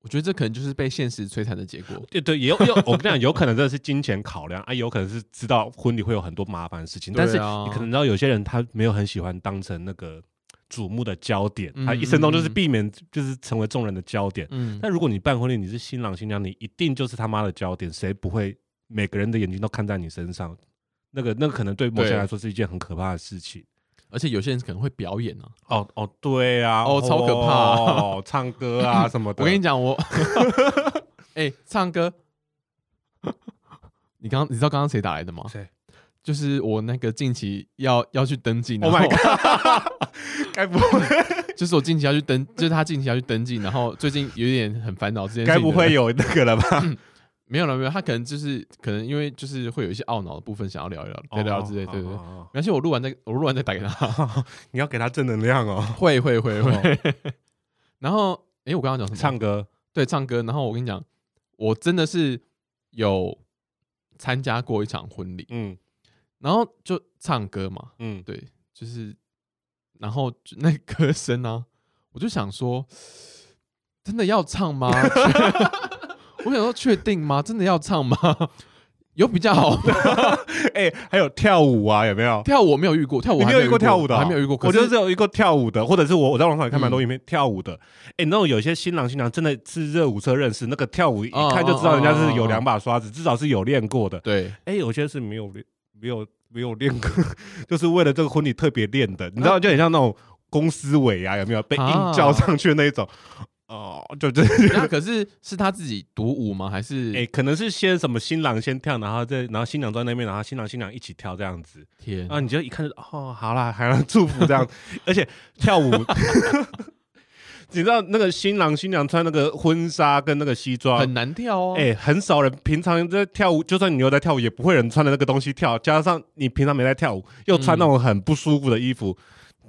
S1: 我觉得这可能就是被现实摧残的结果。
S2: 对对，也有有，我跟你讲，有可能真的是金钱考量啊，有可能是知道婚礼会有很多麻烦的事情，但是
S1: 对啊
S2: 你可能知道有些人他没有很喜欢当成那个瞩目的焦点，
S1: 嗯
S2: 他一生中就是
S1: 嗯嗯
S2: 避免就是成为众人的焦点。
S1: 嗯，
S2: 但如果你办婚礼，你是新郎新娘，你一定就是他妈的焦点，谁不会？每个人的眼睛都看在你身上，那个那个可能对某些
S1: 对
S2: 人来说是一件很可怕的事情。
S1: 而且有些人可能会表演啊。
S2: 哦哦，对啊，
S1: 哦超可怕啊
S2: 哦， 唱歌啊什么的。
S1: 我跟你讲， 我哎、唱歌，你刚刚你知道刚刚谁打来的吗？
S2: 谁？
S1: 就是我那个近期要要去登记
S2: Oh
S1: 然
S2: my
S1: 后
S2: god！该不会
S1: 就是我近期要去登，就是他近期要去登记，然后最近有点很烦恼这件事情。
S2: 该不会有那个了吧？
S1: 没有了没有，他可能就是可能因为就是会有一些懊恼的部分想要聊一聊聊聊
S2: 哦
S1: 之类， 对对对。
S2: 对。
S1: 没关系，我录完再我录完再打给他。
S2: 你要给他正能量哦。
S1: 会会会会。然后，诶，我刚刚讲什么？
S2: 唱歌，
S1: 对唱歌。然后我跟你讲，我真的是有参加过一场婚礼，
S2: 嗯
S1: 然后就唱歌嘛，
S2: 嗯，
S1: 对，就是，然后就那歌声啊，我就想说，真的要唱吗？ 我想说，确定吗？真的要唱吗？ 有比较好吗
S2: 哎，还有跳舞啊，有没有？
S1: 跳舞我没有遇过，跳舞
S2: 你
S1: 我还
S2: 没有遇过跳舞的哦，
S1: 我还没有遇过。可
S2: 我
S1: 是嗯
S2: 就是有遇过跳舞的，或者是我我在网上也看蛮多影片跳舞的。哎，那种有些新郎新娘真的是热舞社认识，那个跳舞一
S1: 哦
S2: 看就知道人家是有
S1: 哦哦
S2: 两把刷子，至少是有练过的。
S1: 对，
S2: 哎，有些是没有练，没有没有练过， 就是为了这个婚礼特别练的。你
S1: 啊
S2: 知道，就很像那种公司委啊，有没有被硬叫上去的那一种？哦，就这
S1: 那可是是他自己独舞吗？还是
S2: 哎、可能是先什么新郎先跳，然后再然后新娘坐在那边，然后新郎新娘一起跳这样子
S1: 天
S2: 啊，你就一看就哦，好啦，还能祝福这样，而且跳舞， 你知道那个新郎新娘穿那个婚纱跟那个西装，
S1: 很难跳哦。
S2: 呃哎、很少人平常在跳舞，就算你有在跳舞，也不会有人穿的那个东西跳，加上你平常没在跳舞，又穿那种很不舒服的衣服，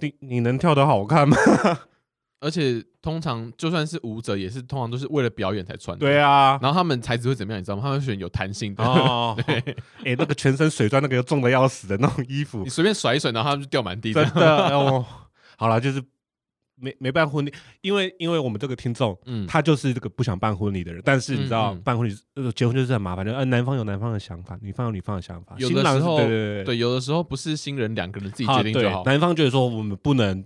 S2: 你你能跳得好看吗？
S1: 而且通常就算是舞者，也是通常都是为了表演才穿的。
S2: 对啊。
S1: 然后他们材质会怎么样？你知道吗？他们会选有弹性的，
S2: 哦，哎、那个全身水钻，那个又重的要死的那种衣服
S1: 你，随便甩一甩，然后他们就掉满地这
S2: 真
S1: 样。
S2: 的哦。好了，就是没没办婚礼，因为因为我们这个听众。
S1: 嗯，
S2: 他就是这个不想办婚礼的人，但是你知道，
S1: 嗯嗯
S2: 办婚礼呃结婚就是很麻烦，就呃男方有男方的想法，女方有女方的想法，
S1: 有
S2: 新
S1: 的
S2: 郎
S1: 时
S2: 是
S1: 候
S2: 对对对
S1: 对，有的时候不是新人两个人自己
S2: 啊
S1: 决定就好。
S2: 对男方觉得说我们不能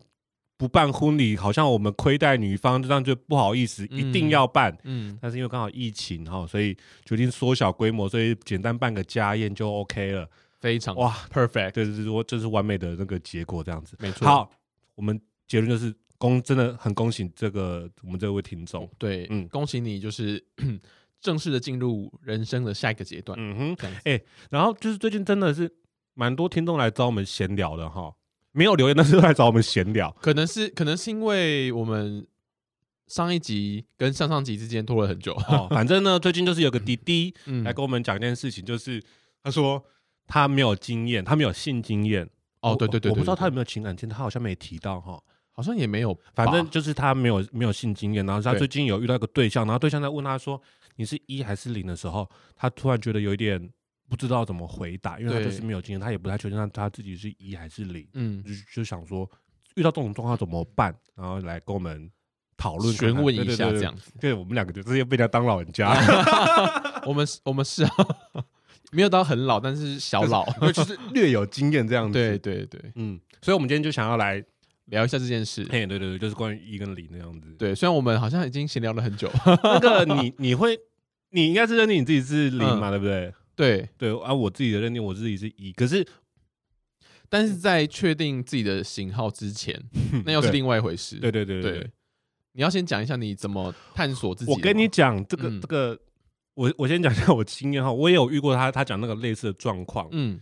S2: 不办婚礼，好像我们亏待女方，这样就不好意思，一定要办。
S1: 嗯，
S2: 但是因为刚好疫情哈，所以决定缩小规模，所以简单办个家宴就 OK 了。
S1: 非常
S2: 哇，
S1: perfect，
S2: 对对对，我这是完美的那个结果，这样子。
S1: 没错。，
S2: 好，我们结论就是恭，真的很恭喜这个我们这位听众。
S1: 对，
S2: 嗯
S1: 恭喜你，就是 正式的进入人生的下一个阶段。
S2: 嗯哼，
S1: 这样子
S2: 然后就是最近真的是蛮多听众来找我们闲聊的哈，没有留言，但是都来找我们闲聊。
S1: 可能是可能是因为我们上一集跟上上集之间拖了很久。
S2: 哦，反正呢，最近就是有个滴滴
S1: 嗯
S2: 来跟我们讲一件事情，就是他说他没有经验，他没有性经验。
S1: 哦，
S2: 我
S1: 对对对，
S2: 我不知道
S1: 对
S2: 他
S1: 对
S2: 有没有情感经验，他好像没提到哈。
S1: 好像也没有吧，
S2: 反正就是他没有没有性经验，然后他
S1: 对
S2: 最近有遇到一个对象，然后对象在问他说你是一还是零的时候，他突然觉得有一点不知道怎么回答，因为他
S1: 对
S2: 就是没有经验，他也不太确定他他自己是一还是零，
S1: 嗯，
S2: 就就想说遇到这种状况怎么办，然后来跟我们讨论看
S1: 询
S2: 看
S1: 问
S2: 对
S1: 一
S2: 对
S1: 下
S2: 对对
S1: 这样子。
S2: 对我们两个就直接被人家当老人 家，
S1: 我们是我们是啊， 没有到很老，但是小老。
S2: 就是略有经验这样子。
S1: 对，对对，
S2: 嗯，所以我们今天就想要来，
S1: 聊一下这件事。
S2: 嘿，对对对，就是关于一跟零那样子。，
S1: 对，虽然我们好像已经闲聊了很 久，
S2: 那个你你会，你应该是认定你自己是零
S1: 嗯
S2: 嘛，对不对？
S1: 对，
S2: 对啊，我自己的认定我自己是一，可是
S1: 但是在确定自己的型号之前，那又是另外一回事。
S2: 嗯对对对对
S1: 对，你要先讲一下你怎么探索自己的
S2: 我
S1: 吗。
S2: 跟你讲这个
S1: 嗯
S2: 这个，我我先讲一下我经验哈，我也有遇过他他讲那个类似的状况，
S1: 嗯，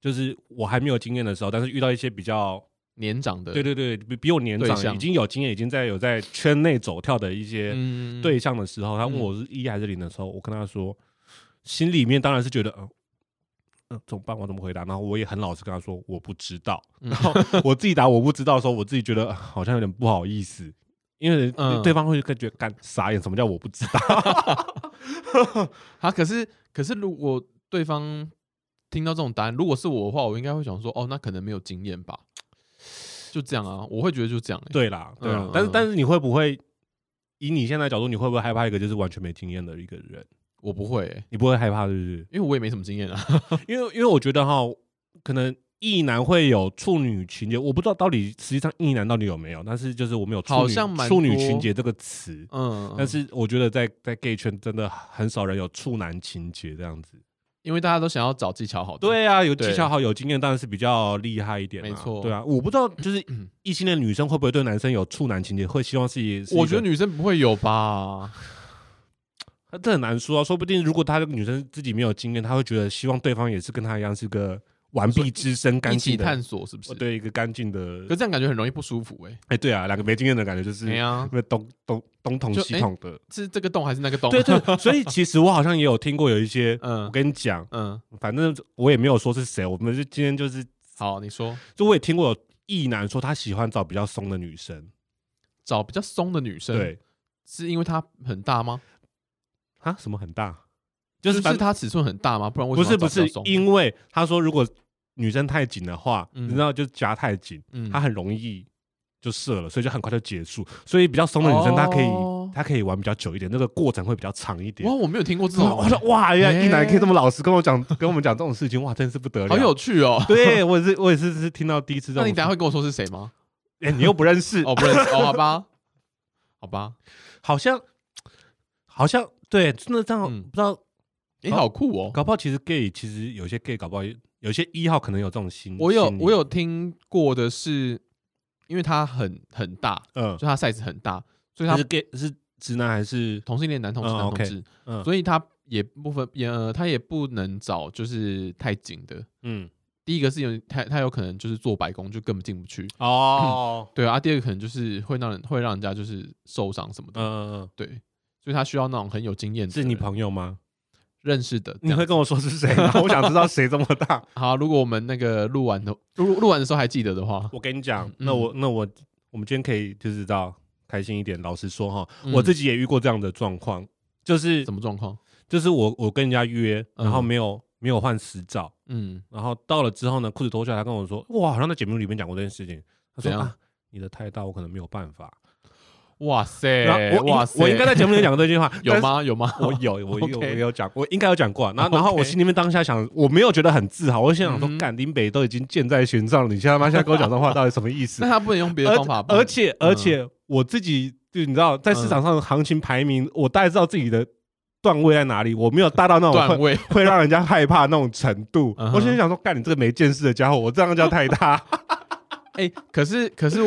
S2: 就是我还没有经验的时候，但是遇到一些比较
S1: 年长的，
S2: 对对对比比我年
S1: 对
S2: 长
S1: 象
S2: 已经有经验，已经在有在圈内走跳的一些
S1: 嗯，
S2: 对象的时候，他问我是一还是零的时候，我跟他说，心里面当然是觉得，嗯、嗯，怎么办？我怎么回答？然后我也很老实跟他说，我不知道。
S1: 嗯
S2: 然后我自己答我不知道的时候，我自己觉得呃好像有点不好意思，因为
S1: 嗯
S2: 对方会感觉干傻眼，什么叫我不知 道？
S1: 啊，可是可是如果对方听到这种答案，如果是我的话，我应该会想说，哦，那可能没有经验吧，就这样啊，我会觉得就这样、欸，
S2: 对啦，对啦。
S1: 嗯
S2: 但是
S1: 嗯
S2: 但是你会不会？以你现在的角度，你会不会害怕一个就是完全没经验的一个人？
S1: 我不会、欸，
S2: 你不会害怕，对不对？
S1: 因为我也没什么经验啊，
S2: 因为因为我觉得哈，可能异男会有处女情节，我不知道到底实际上异男到底有没有，但是就是我们有处女
S1: 好像蛮
S2: 处女
S1: 多
S2: 情节这个词，
S1: 嗯，
S2: 但是我觉得在在 gay 圈真的很少人有处男情节这样子。
S1: 因为大家都想要找技巧好的，，
S2: 对啊，有
S1: 对
S2: 技巧好，有经验当然是比较厉害一点啊、
S1: 没错
S2: 对啊，我不知道 就是异性恋女生会不会对男生有处男情节，会希望自己是一个。
S1: 我觉得女生不会有吧，
S2: 这很难说啊，说不定如果她这个女生自己没有经验，她会觉得希望对方也是跟她一样是个完
S1: 说
S2: 璧之身、干
S1: 一起
S2: 净的
S1: 探索是不是？
S2: 哦，对一个干净的
S1: 可是这样感觉很容易不舒服哎、
S2: 哎、对啊，两个没经验的感觉就是
S1: 没
S2: 因
S1: 啊，
S2: 为东东东同
S1: 就哎
S2: 系统的，
S1: 是这个洞还是那个洞？
S2: 对，对，所以其实我好像也有听过有一些，我
S1: 嗯
S2: 跟你讲，
S1: 嗯，
S2: 反正我也没有说是谁，我们是今天就是，
S1: 好，你说
S2: 就我也听过有异男说他喜欢找比较松的女生，
S1: 找比较松的女生，，
S2: 对
S1: 是因为她很大吗？
S2: 啊，什么很大，就
S1: 就是是
S2: 反正
S1: 她尺寸很大吗？不然为
S2: 不
S1: 什么
S2: 是
S1: 要
S2: 不
S1: 找
S2: 是
S1: 比较松，
S2: 因为他说如果女生太紧的话，
S1: 嗯
S2: 你知道就夹太紧，
S1: 嗯
S2: 她很容易就射了，所以就很快就结束，所以比较松的女生她可以
S1: 哦
S2: 她可以玩比较久一点，那个过程会比较长一点
S1: 哇，。我没有听过这种，
S2: 我说哇，原来一男
S1: 欸
S2: 可以这么老实跟我讲， 跟我们讲这种事情，哇，真是不得了。
S1: 好有，趣哦。
S2: 对我也是，我也是是听到第一次这
S1: 那
S2: 种
S1: 你
S2: 事。
S1: 等下会跟我说是谁吗？
S2: 哎、你又不认识，
S1: 哦，不认识哦，好吧，好吧，
S2: 好像好像对，真的这样，
S1: 嗯
S2: 不知道
S1: 你
S2: 好
S1: 好酷哦。
S2: 搞不好其实 gay 其实有些 gay 搞不好也有些一号可能有这种心。
S1: 我有
S2: 心理
S1: 我有听过的是，因为它很很大，
S2: 嗯
S1: 就，它 size 很大，所以
S2: 他
S1: 它
S2: 是 gay 是直男还是
S1: 同性恋男同志
S2: 嗯
S1: 男同
S2: OK
S1: 志，
S2: 嗯
S1: 所以它也不分也呃，它也不能找就是太紧的。
S2: 嗯
S1: 第一个是有他他有可能就是做白工就根本进不去，
S2: 哦
S1: 对啊。啊第二个可能就是会让人会让人家就是受伤什么
S2: 嗯
S1: 的，
S2: 嗯嗯，
S1: 对。所以他需要那种很有经验的
S2: 是你
S1: 人
S2: 朋友吗？
S1: 认识的，这
S2: 你
S1: 样
S2: 会跟我说是谁 吗？我想知道谁这么大。
S1: 好，如果我们那个录完的录录完的时候还记得的话，
S2: 我跟你讲
S1: 嗯，
S2: 那我那我我们今天可以就是知道开心一点。老实说哈，
S1: 嗯
S2: 我自己也遇过这样的状况，就是
S1: 什么状况？
S2: 就是我我跟人家约，
S1: 嗯
S2: 然后没有、没有换私照，
S1: 嗯，
S2: 然后到了之后呢，裤子脱下来，他跟我说，哇，好像在节目里面讲过这件事情。他
S1: 怎
S2: 说
S1: 样
S2: 啊，你的太大，我可能没有办法。
S1: 哇塞
S2: 然后，我
S1: 哎哇，
S2: 应我应该在节目里讲过这句话
S1: 有？吗？有吗？哦
S2: 我 有，我有，我
S1: OK
S2: 有讲，我应该有讲过啊。然后，然后
S1: OK
S2: 我心里面当下想，我没有觉得很自豪，我心想
S1: 嗯
S2: 说，
S1: 哼
S2: 干林北都已经箭在弦上了，你现在他妈现在跟我 讲这话到底什么意思
S1: 那？他不能用别的
S2: 而
S1: 方法吧，
S2: 而且
S1: 嗯
S2: 而且我自己就你知道，在市场上的行情排
S1: 嗯
S2: 名，我大概知道自己的段位在哪里，我没有大到那种
S1: 段
S2: 会
S1: 位
S2: 会让人家害怕那种程度。
S1: 嗯哼
S2: 我心里想说，干你这个没见识的家伙，我这样叫太大。
S1: 哎、可是可是，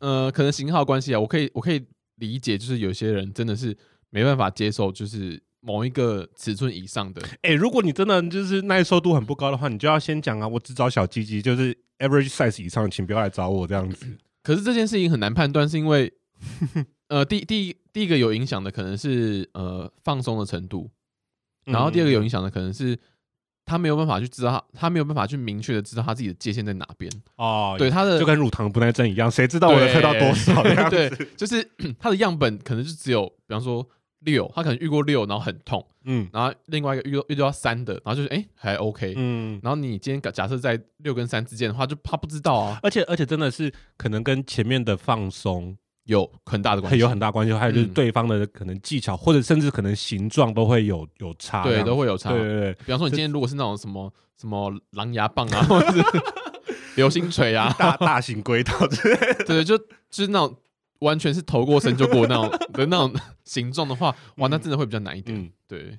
S1: 呃，可能型号关系啊，我可以我可以理解，就是有些人真的是没办法接受，就是某一个尺寸以上的，
S2: 哎、如果你真的就是耐受度很不高的话，你就要先讲啊，我只找小鸡鸡，就是 average size 以上，请不要来找我这样子。
S1: 可是这件事情很难判断，是因 为，呃，第第一第一个有影响的可能是呃放松的程度，嗯然
S2: 嗯
S1: 后第二个有影响的可能是他没有办法去知道他，他没有办法去明确的知道他自己的界限在哪边，
S2: 哦，
S1: 对他的
S2: 就跟乳糖不耐症一样，谁知道我的喝到多少这 样
S1: 对
S2: 子？，
S1: 就是 他的样本可能就只有，比方说六，他可能遇过六，然后很痛，
S2: 嗯
S1: 然后另外一个遇到遇到三的，然后就是哎、还 OK，、
S2: 嗯。
S1: 然后你今天假假设在六跟三之间的话，就他不知道啊，
S2: 而且而且真的是可能跟前面的放松
S1: 有很大的关系，
S2: 有很大关系，还有就是
S1: 嗯
S2: 对方的可能技巧，或者甚至可能形状都会有有差这
S1: 对
S2: 样子，
S1: 都会有差。
S2: 对对 对，
S1: 比方说你今天如果是那种什么什么狼牙棒啊，或者是 流星锤啊，
S2: 大大型轨道之类的，
S1: 对，就就是那种完全是头过身就过那种的那种形状的话，哇，那真的会比较难一点。
S2: 嗯，
S1: 对，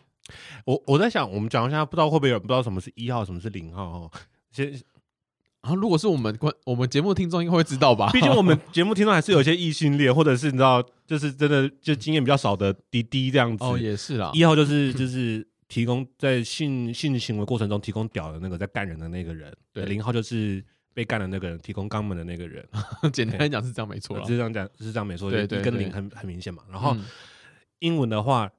S2: 我我在想，我们讲一下，不知道会不会有人不知道什么是一号，什么是零号哦。先，
S1: 然后如果是我们观我们节目听众应该会知道吧？
S2: 毕竟我们节目听众还是有一些异性恋，或者是你知道，就是真的就经验比较少的滴滴这样子。
S1: 哦也是啦，
S2: 一 号就是就是提供在性性行为过程中提供屌的那个在干人的那个人，
S1: 对
S2: 零号就是被干的那个人，提供肛门的那个人，
S1: 简单来讲是这样没错
S2: 我
S1: 啦
S2: 是。这样讲，是这样没错，
S1: 对
S2: 就
S1: 对
S2: 一跟
S1: 对
S2: 零很很明显嘛。然后
S1: 嗯
S2: 英文的话，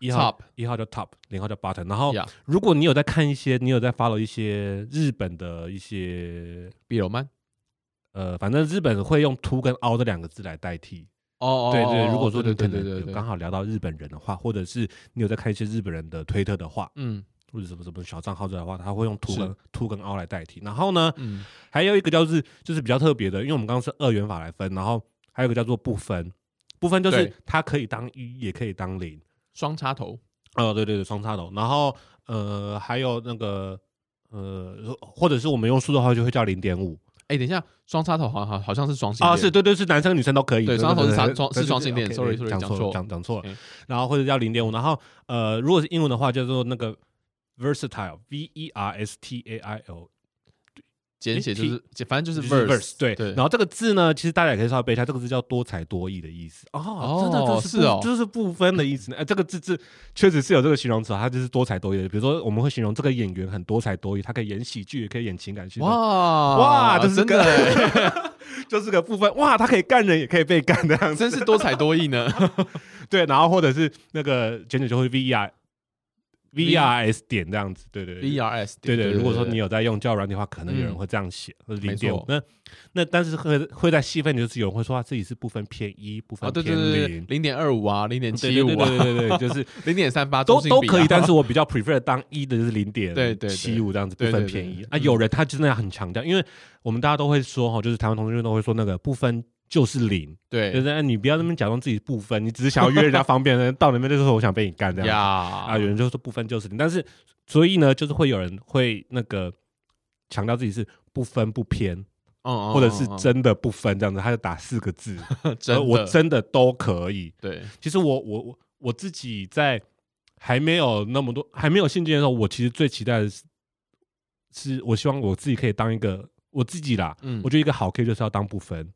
S2: 一号
S1: Top
S2: 一号叫 top，零号叫 button。然后
S1: Yeah
S2: 如果你有在看一些，你有在 follow 一些日本的一些
S1: 比柔曼
S2: 呃，反正日本会用凸跟凹这两个字来代替。
S1: 哦哦，
S2: 对
S1: 哦
S2: 对，
S1: 哦
S2: 如果说
S1: 对
S2: 你可
S1: 对对对
S2: 能有
S1: 对，
S2: 刚好聊到日本人的话，或者是你有在看一些日本人的推特的话，
S1: 嗯
S2: 或者什么什么小账号之类的话，他会用凸
S1: 是
S2: 跟凸跟凹来代替。然后呢，
S1: 嗯
S2: 还有一个就是就是比较特别的，因为我们刚刚是二元法来分，然后还有一个叫做不分，不分就是
S1: 对
S2: 它可以当一，也可以当零。
S1: 双插头
S2: 哦，对对对，双插头。然后呃，还有那个呃，或者是我们用数的话，就会叫零点五
S1: 哎，等一下，双插头好像好好像是双性
S2: 啊，
S1: 恋
S2: 是对对，是男生女生都可以。
S1: 对
S2: 对
S1: 双插头是
S2: 对
S1: 双
S2: 对
S1: 双
S2: 对
S1: 是双性恋
S2: 对对
S1: ，sorry，
S2: 对
S1: sorry，
S2: 讲
S1: 讲
S2: 错
S1: 错
S2: 了讲讲错了
S1: 嗯。
S2: 然后或者叫零点五，然后呃，如果是英文的话，叫做那个 versatile，v e r s t a i l，
S1: 简写就是简反正就是 verse，
S2: verse 对。
S1: 对
S2: 然后这个字呢，其实大家也可以稍微背一下，这个字叫多才多艺的意思。哦，真的
S1: 哦
S2: 这
S1: 是
S2: 不
S1: 哦
S2: 就是不分的意思呢。哎，这个字字确实是有这个形容词啊，它就是多才多艺的。比如说，我们会形容这个演员很多才多艺，他可以演喜剧，也可以演情感戏。哇，
S1: 哇
S2: 哇这是
S1: 真
S2: 个
S1: 的欸，
S2: 就是个部分哇，他可以干人，也可以被干的样子。
S1: 真是多才多艺呢。
S2: 对，然后或者是那个简简就会 V R V R S 点这样子，对对对
S1: V R S
S2: 对对，嗯如果说你有在用交友软体的话，可能有人会这样写，或者
S1: 没
S2: 零点
S1: 错
S2: 五。那那但是会会在细分，就是有人会说他自己是部分偏一，部
S1: 啊，
S2: 分
S1: 对
S2: 偏
S1: 对对对，
S2: 零，
S1: 零点二五啊，零点七五
S2: 对
S1: 啊，
S2: 对对对对，就是
S1: 零点三八
S2: 都都可以。但是我比较 prefer 当一的就是零点
S1: 对对对
S2: 七五这样子，部
S1: 对
S2: 分
S1: 对对
S2: 偏一
S1: 对
S2: 啊。
S1: 嗯
S2: 有人他真的很强调，因为我们大家都会说哈，就是台湾同学都会说那个不分就是零，就
S1: 对
S2: 是哎你不要那么假装自己不分，你只是想要约人家方便，到那边就说我想被你干这样子
S1: 呀嗯
S2: 啊，有人就说不分就是零，但是所以呢，就是会有人会那个强调自己是不分不偏，
S1: 嗯，
S2: 或者是
S1: 嗯
S2: 真的不分这样子，他就打四个字，
S1: 嗯嗯
S2: 而
S1: 真
S2: 我
S1: 的
S2: 真的都可以。
S1: 对
S2: 其实我我我我自己在还没有那么多还没有信件的时候，我其实最期待的是，是我希望我自己可以当一个我自己啦。
S1: 嗯
S2: 我觉得一个好 K 就是要当不分，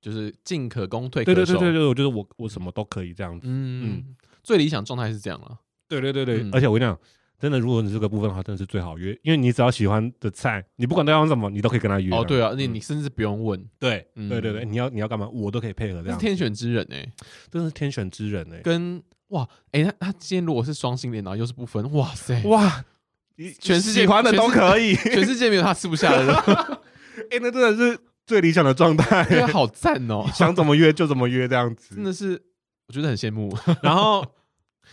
S1: 就是进可攻退可
S2: 对对
S1: 守，
S2: 对对对，我觉得我我什么都可以这样子。
S1: 嗯
S2: 嗯
S1: 最理想状态是这样了，
S2: 对对对对，
S1: 嗯
S2: 而且我跟你讲，真的，如果你这个部分的话，真的是最好约，因为你只要喜欢的菜，你不管对方什么，你都可以跟他约。
S1: 哦对啊，你
S2: 嗯
S1: 你甚至不用问，
S2: 对
S1: 嗯
S2: 对对对，你要你要干嘛，我都可以配合这
S1: 那是
S2: 样。
S1: 天选之人哎，
S2: 真的是天选之人哎、
S1: 跟哇哎他他今天如果是双性恋，然后又是不分，哇塞，
S2: 哇！
S1: 全世界
S2: 喜欢的都可以，哎、
S1: 全世界没有他吃不下的 人，
S2: 那真的是最理想的状
S1: 对啊，
S2: 态，
S1: 好赞哦，
S2: 想怎么约就怎么约这样
S1: 真
S2: 子。
S1: 的是我觉得很羡慕，
S2: 然后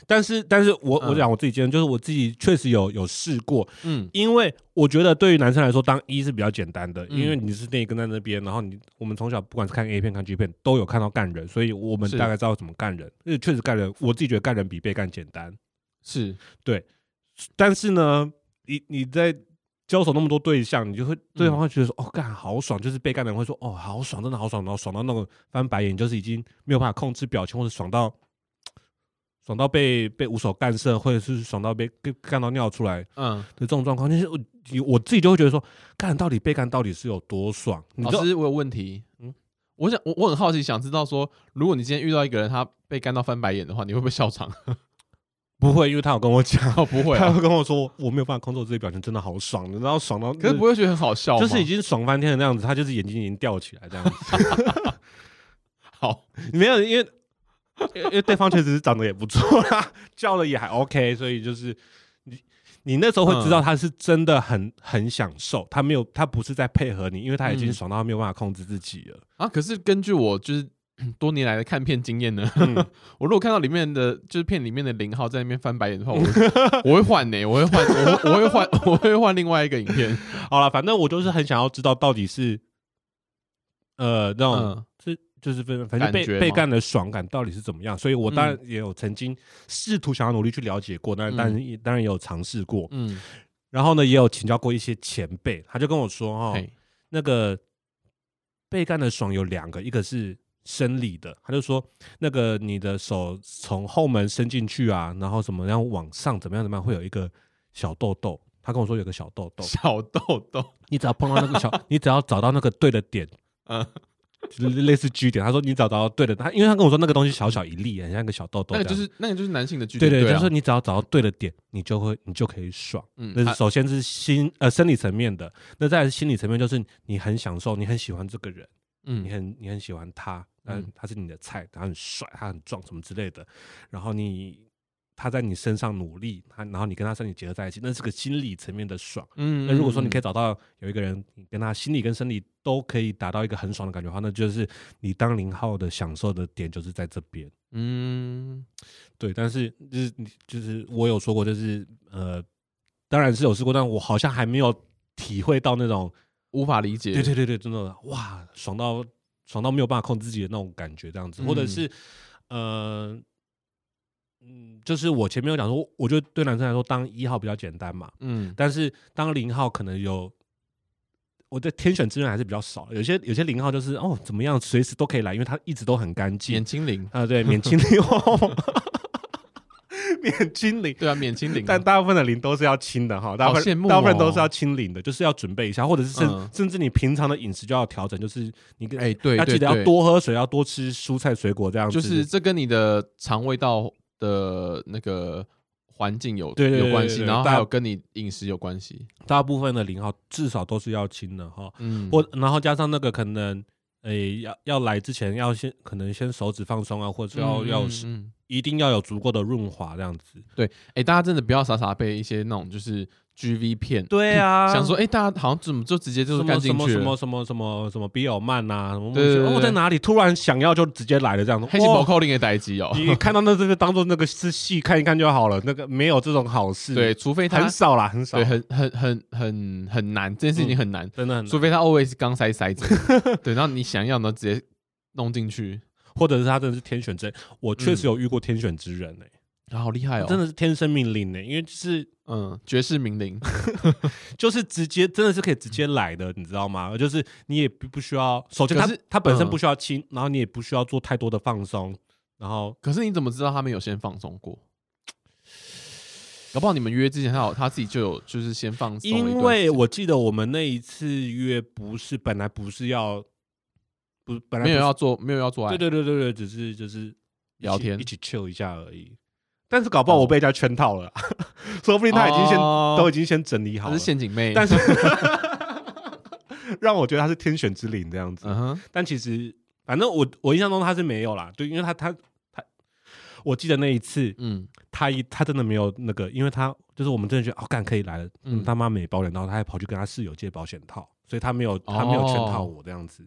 S2: 但是，但是我我
S1: 嗯
S2: 讲我自己经验，就是我自己确实有有试过，
S1: 嗯
S2: 因为我觉得对于男生来说，当一是比较简单的，
S1: 嗯
S2: 因为你是那一跟在那边，然后你我们从小不管是看 A 片看 G 片，都有看到干人，所以我们
S1: 是
S2: 大概知道怎么干人。因为确实干人，我自己觉得干人比被干简单。
S1: 是
S2: 但是呢，你你在交手那么多对象，你就会对
S1: 嗯
S2: 方会觉得说，哦，干好爽，就是被干的人会说，哦，好爽，真的好爽，然后爽到那种翻白眼，就是已经没有办法控制表情，或者爽到爽到被被无所干涉，或者是爽到被被干到尿出来的
S1: 嗯，
S2: 这种状况。就是我我自己就会觉得说，干到底被干到底是有多爽？你
S1: 老
S2: 知道
S1: 师我有问题，
S2: 嗯
S1: 嗯，我想我我很好奇，想知道说，如果你今天遇到一个人，他被干到翻白眼的话，你会不会笑场？
S2: 不会，因为他有跟我 讲，
S1: 哦，不会
S2: 他
S1: 啊，
S2: 会跟我说，我没有办法控制我自己表情，真的好爽，然后爽到
S1: 可是不会觉得很好笑吗？
S2: 就是已经爽翻天的那样子，他就是眼睛已经吊起来这样子。
S1: 好，
S2: 没有，因为因为因为对方确实是长得也不错啦，叫了也还 OK，所以就是你你那时候会知道他是真的很很享受，他没有他不是在配合你，因为他已经
S1: 嗯
S2: 爽到他没有办法控制自己了。
S1: 啊，可是根据我就是多年来的看片经验呢，
S2: 嗯
S1: 我如果看到里面的就是片里面的零号在那边翻白眼的话，我会我会换呢、我会换，我会我会换，我会换另外一个影片。
S2: 好了，反正我就是很想要知道到底是呃那种、
S1: 嗯，
S2: 是就是分反正被
S1: 感觉吗
S2: 被干的爽感到底是怎么样，所以我当然也有曾经试图想要努力去了解过，但
S1: 嗯
S2: 当然也当然也有尝试过，
S1: 嗯，
S2: 然后呢也有请教过一些前辈，他就跟我说哦。
S1: 嘿，
S2: 那个被干的爽有两个，一个是生理的，他就说那个你的手从后门伸进去啊，然后怎么样往上，怎么样怎么样，会有一个小痘痘。他跟我说有个小痘痘，
S1: 小豆豆，
S2: 你只要碰到那个小， 你只要找到那个对的点，
S1: 嗯，
S2: 就是类似 G 点。他说你找到对的，他因为他跟我说那个东西小小一粒，很像一个小痘痘
S1: 那个
S2: 这
S1: 哦就
S2: 样，
S1: 是那个就是男性的剧
S2: 对
S1: 情，
S2: 对，
S1: 对
S2: 就
S1: 啊
S2: 是说你只要找到对的点，你就会你就可以爽。那
S1: 嗯，
S2: 是
S1: 啊
S2: 首先是心呃生理层面的，那再来是心理层面，就是你很享受，你很喜欢这个人。你
S1: 嗯，
S2: 很你很喜欢他，嗯
S1: 嗯，
S2: 他是你的菜，他很帅，他很壮，什么之类的。然后你他在你身上努力，他然后你跟他身体结合在一起，那是个心理层面的爽。
S1: 嗯，
S2: 那如果说你可
S1: 以，
S2: 以找到有一个人，你跟他心理跟生理都可以达到一个很爽的感觉的话，那就是你当零号的享受的点就是在这边。
S1: 嗯，
S2: 对，但是就是你就是我有说过，就是呃，当然是有试过，但我好像还没有体会到那种
S1: 无法理解，
S2: 对对对对，真的哇，爽到爽到没有办法控制自己的那种感觉，这样子，或者
S1: 嗯
S2: 是呃，嗯，就是我前面有讲说，我觉得对男生来说，当一号比较简单嘛，
S1: 嗯，
S2: 但是当零号可能有。我的天选之人还是比较少，有些有些零号就是哦怎么样，随时都可以来，因为他一直都很干净
S1: 免清零，
S2: 啊，对，免清零， 免清零，
S1: 对啊，免清零啊，
S2: 但大部分的零都是要清的哈，大部
S1: 好羡
S2: 分、
S1: 慕哦
S2: 大部分都是要清零的，就是要准备一下，或者是甚、
S1: 嗯
S2: 甚至你平常的饮食就要调整，就是你跟、
S1: 哎，对，
S2: 要记
S1: 对
S2: 得要
S1: 对
S2: 多喝水，要多吃蔬菜水果这样子。
S1: 就是这跟你的肠胃道的那个环境有
S2: 对对对
S1: 有关
S2: 对
S1: 系，
S2: 对
S1: 然后
S2: 大
S1: 还有跟你饮食有关系。
S2: 大部分的零号至少都是要清的哈，
S1: 嗯，
S2: 或然后加上那个可能。诶、要要来之前要先可能先手指放松啊，或者是要、
S1: 嗯
S2: 要
S1: 嗯嗯
S2: 一定要有足够的润滑这样子。
S1: 哎、大家真的不要傻傻被一些那种就是 GV 片，
S2: 对啊，
S1: 想说哎、诶大家好像怎么就直接就
S2: 什
S1: 是
S2: 么
S1: 干
S2: 什
S1: 进
S2: 么
S1: 去
S2: 什
S1: 了
S2: 么，什么什么什么比尔曼呐，什么
S1: 对对对
S2: 哦
S1: 对
S2: 在哪里突然想要就直接来了这样子，
S1: 黑心
S2: 哇
S1: 宝扣零的代机哦。
S2: 你看到那这个当做那个是戏看一看就好了，那个没有这种好事，
S1: 对，，除非
S2: 很
S1: 他
S2: 少啦，很少，
S1: 对很很很很很难，这件事情很难，
S2: 真的很少，
S1: 除非他 always 刚塞塞 子，对，然后你想要呢直接弄进去，
S2: 或者是他真的是天选之人，我确
S1: 嗯
S2: 实有遇过天选之人呢、
S1: 啊，好厉害哦，
S2: 真的是天生命令呢、欸因为就是
S1: 嗯，绝世名伶，
S2: 就是直接真的是可以直接来的，你知道吗？就是你也不不需要，首先他
S1: 可是
S2: 他本身
S1: 嗯
S2: 不需要亲，然后你也不需要做太多的放松，然后
S1: 可是你怎么知道他们有先放松过？搞不好你们约之前他有他自己就有就是先放松了一段时
S2: 因
S1: 间，
S2: 为我记得我们那一次约不是本来不是要。不，本来
S1: 没
S2: 不是
S1: 有要做没有要做爱，
S2: 对对对对对，只是就是一
S1: 聊
S2: 起
S1: 天
S2: 一起 chill 一下而已。但是搞不好我
S1: 哦
S2: 被人家圈套了啊， 说不定他已经先、
S1: 哦
S2: 都已经先整理好
S1: 他
S2: 了
S1: 是，陷阱妹，
S2: 但是 让我觉得他是天选之灵这样子。
S1: 嗯哼，
S2: 但其实反正我我印象中他是没有啦，对，因为他他他，我记得那一次
S1: 嗯，
S2: 他一他真的没有那个，因为他就是我们真的觉得哦干可以来了，
S1: 嗯
S2: 嗯、他妈没保险套，他还跑去跟他室友借保险套，所以他没有他没有圈套
S1: 哦
S2: 我这样子。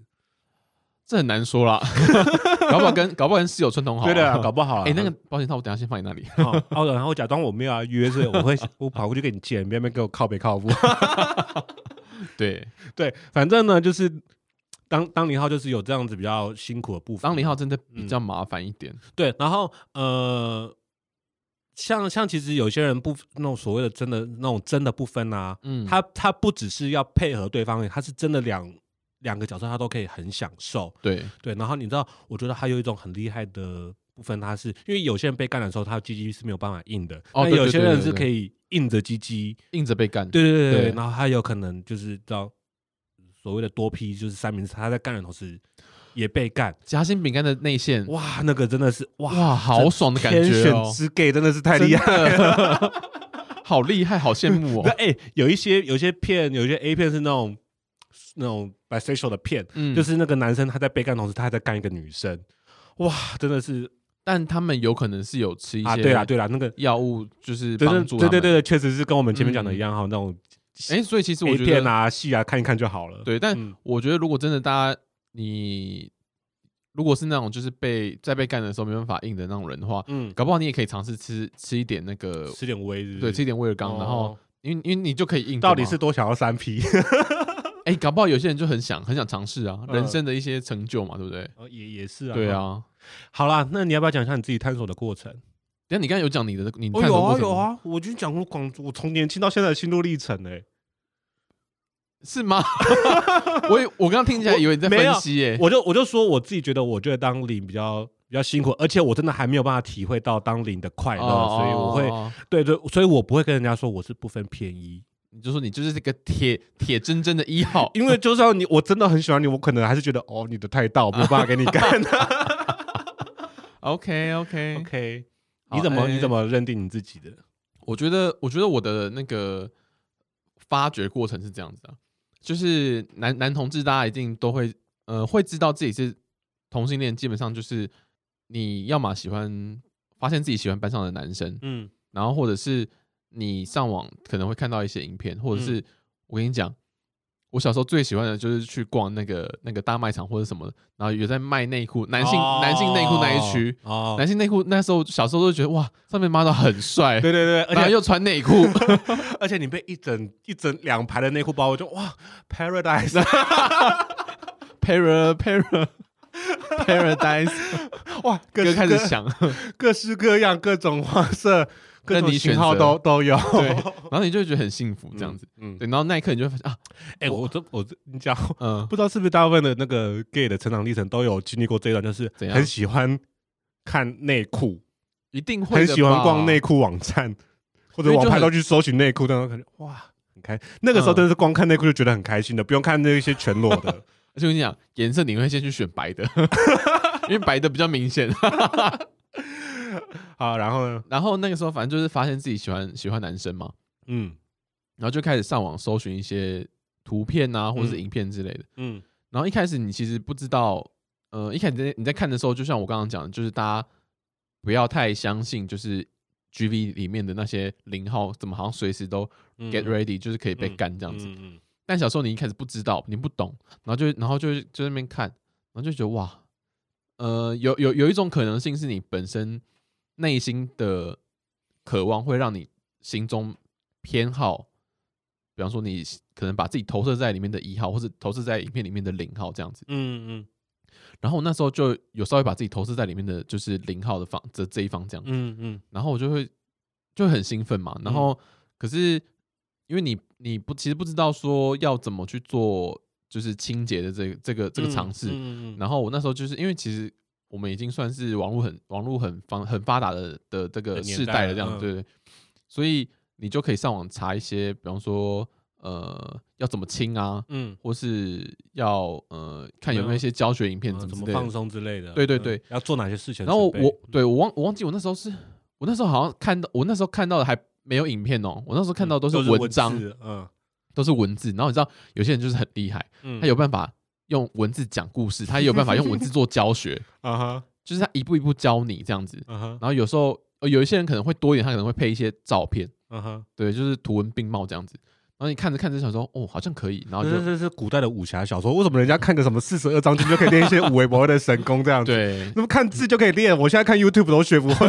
S1: 这很难说啦， 搞不好跟搞不好跟室友串通好、
S2: 对的啊，搞
S1: 不
S2: 不好啊。
S1: 哦 哎、那个保险套我等一下先放你那里，
S2: 哦，哦，然后假装我没有要约，所以我会我跑过去跟你见，别别给我靠北 靠步。
S1: 对，
S2: 对，反正呢，就是当当零号就是有这样子比较辛苦的部分。
S1: 当零号真的比较麻烦一点，
S2: 对，然后呃，像像其实有些人不那种所谓的真的那种真的不分啊，
S1: 嗯，
S2: 他他不只是要配合对方，他是真的两两个角色他都可以很享受。
S1: 对，
S2: 对，然后你知道，我觉得还有一种很厉害的部分，他是因为有些人被干的时候，他的鸡鸡是没有办法硬的，
S1: 哦
S2: 但
S1: 对
S2: 有
S1: 对
S2: 些
S1: 对
S2: 人
S1: 对
S2: 是
S1: 对
S2: 可以硬着鸡鸡，
S1: 硬着被干，
S2: 对对对对
S1: 对
S2: 对，然后他有可能就是到所谓的多批，就是三明治，他在干的同时也被干，
S1: 夹心饼干的内馅，
S2: 哇，那个真的是哇
S1: 哇，好爽的感觉
S2: 天
S1: 哦
S2: 选，之 gay 真的是太厉害。
S1: 害， 好厉害，好羡慕
S2: 那
S1: 哦，
S2: 哎、有一些有一些片，有一些 A 片是那种那种 bisexual 的片，
S1: 嗯，就
S2: 就
S1: 是，
S2: 是那个男生他在被干的同时，他还在干一个女生，哇，真的是
S1: 但他们有可能是有吃一
S2: 啊，对啦
S1: 些
S2: 对啦，那个
S1: 药物，就是
S2: 对对
S1: 帮助
S2: 对对
S1: 对，
S2: 对，确实是跟我们前面讲的一样哈，那种
S1: 哎、所以其实我
S2: A
S1: 觉
S2: 片
S1: 得，
S2: 啊、戏啊看一看就好了。
S1: 对，但
S2: 嗯，
S1: 我觉得如果真的大家你如果是那种就是被在被干的时候没办法硬的那种人的话，
S2: 嗯，
S1: 搞不好你也可以尝试吃吃一点那个，
S2: 吃点微是不是
S1: 对，吃一点威尔刚，然后
S2: 哦
S1: 因为因为你就可以硬着嘛。
S2: 到底是多想要三 P，
S1: 哎、搞不好有些人就很想很想尝试啊，
S2: 嗯
S1: 人生的一些成就嘛，对不对？
S2: 哦也也是啊，
S1: 对。啊。
S2: 好啦，那你要不要讲一下你自己探索的过程？
S1: 等一下你刚才有讲你的，你
S2: 哦，
S1: 探
S2: 有
S1: 索过
S2: 啊
S1: 程
S2: 有
S1: 吗，
S2: 啊，我就讲过广，我从年轻到现在的心路历程哎，
S1: 是吗？ 我以我刚刚听起来以为你在
S2: 我没
S1: 分
S2: 有
S1: 析耶、
S2: 我就我就说我自己觉得，我觉得当领比较比较辛苦，而且我真的还没有办法体会到当领的快乐，
S1: 哦
S2: 所以我
S1: 哦
S2: 会
S1: 哦
S2: 对对，所以我不会跟人家说我是不分偏一，
S1: 你就说你就是这个铁铁铮铮的一 号，
S2: 因为就算你我真的很喜欢你，我可能还是觉得哦你的太大，我没有办法给你 干。
S1: OK OK，
S2: OK，
S1: 好
S2: 你怎么
S1: 哎
S2: 你怎么认定你自己的？
S1: 我觉得，我觉得我的那个发掘过程是这样子啊，就是男男同志大家一定都会，呃，会知道自己是同性恋，基本上就是你要么喜欢发现自己喜欢班上的男生，
S2: 嗯，
S1: 然后或者是你上网可能会看到一些影片，
S2: 嗯
S1: 或者是、我跟你讲，我小时候最喜欢的就是去逛那个那个大卖场或者什么的，然后有在卖内裤，男性、男性内裤那一区。
S2: 哦，
S1: 男性内裤那时候小时候都觉得哇，上面妈的很帅，
S2: 对对对，而
S1: 然后
S2: 且
S1: 又穿内裤，
S2: 而且你被一整一整两排的内裤包，我就哇，paradise，
S1: para para paradise，
S2: 哇，各
S1: 哥
S2: 式
S1: 开始
S2: 各
S1: 想，
S2: 各式各样、各种花色、各
S1: 任
S2: 种
S1: 你
S2: 型
S1: 选
S2: 号
S1: 择
S2: 都都有。
S1: 对，然后你就会觉得很幸福这样子，
S2: 嗯，
S1: 对，然后那一刻你就会发现啊，
S2: 哎、我这我这你 讲，
S1: 嗯，
S2: 不知道是不是大部分的那个 gay 的成长历程都有经历过这一段，就是
S1: 怎样
S2: 很喜欢看内裤，
S1: 一定会
S2: 很
S1: 的
S2: 喜欢
S1: 吧
S2: 逛内，裤网站或者
S1: 因为就
S2: 网拍
S1: 很嗯
S2: 都去搜寻内裤，那种感觉哇，很开。那个时候真的是光看内裤就觉得很开心的，不用看那些全裸 的。
S1: 而且我跟你讲，颜色你会先去选白的， 因为白的比较明显。
S2: 好，啊然后呢，
S1: 然后那个时候反正就是发现自己喜欢喜欢男生嘛，
S2: 嗯
S1: 然后就开始上网搜寻一些图片啊，或者是影片之类的。
S2: 嗯
S1: 然后一开始你其实不知道，呃，一开始你在你在看的时候，就像我刚刚讲的，就是大家不要太相信，就是 G V 里面的那些零号怎么好像随时都 get ready，、就是可以被干这样子。
S2: 嗯嗯
S1: 但小时候你一开始不知道，你不懂，然后就然后就就在那边看，然后就觉得哇，呃，有有有一种可能性是你本身内心的渴望会让你心中偏好，比方说你可能把自己投射在里面的一号，或者投射在影片里面的零号这样子。
S2: 嗯
S1: 然后我那时候就有稍微把自己投射在里面的就是零号的方这这一方这样子，
S2: 嗯嗯
S1: 然后我就会就很兴奋嘛。然后、可是因为你你不其实不知道说要怎么去做就是清洁的这个这个这个尝试，
S2: 嗯
S1: 然后我那时候就是因为其实我们已经算是网络很网络很方很发达的的这
S2: 的
S1: 个
S2: 年
S1: 世
S2: 代
S1: 代了
S2: 了
S1: 这样子，
S2: 嗯
S1: 对对。所以你就可以上网查一些，比方说呃要怎么清啊，
S2: 嗯，
S1: 或是要呃看有没
S2: 没
S1: 有
S2: 有
S1: 一些教学影片
S2: 啊怎
S1: 怎么
S2: 么
S1: 之类
S2: 放
S1: 的。
S2: 松之类的，
S1: 对对对
S2: 嗯要做哪些事情？
S1: 然后我
S2: 嗯
S1: 我对我忘我忘记我那时候是我那时候好像看到我那时候看到的还没有影片哦，我那时候看到都
S2: 嗯是
S1: 是文章，
S2: 字，嗯
S1: 都是文字。然后你知道有些人就是很厉害，
S2: 嗯，
S1: 他有办法用文字讲故事，他也有办法用文字做教学，
S2: 啊哈
S1: 就是他一步一步教你这样子。
S2: 啊哈
S1: 然后有时候、呃有一些人可能会多一点，他可能会配一些照片，
S2: 啊哈，
S1: 对，就是图文并茂这样子。然后你看着看着想说，哦，好像可以，然后就嗯
S2: 这这是古代的武侠小说，为什么人家看个什么四十二章经就可以练一些五维博的神功这样子？，
S1: 对，
S2: 那么看字就可以练，我现在看 YouTube 都学不 会。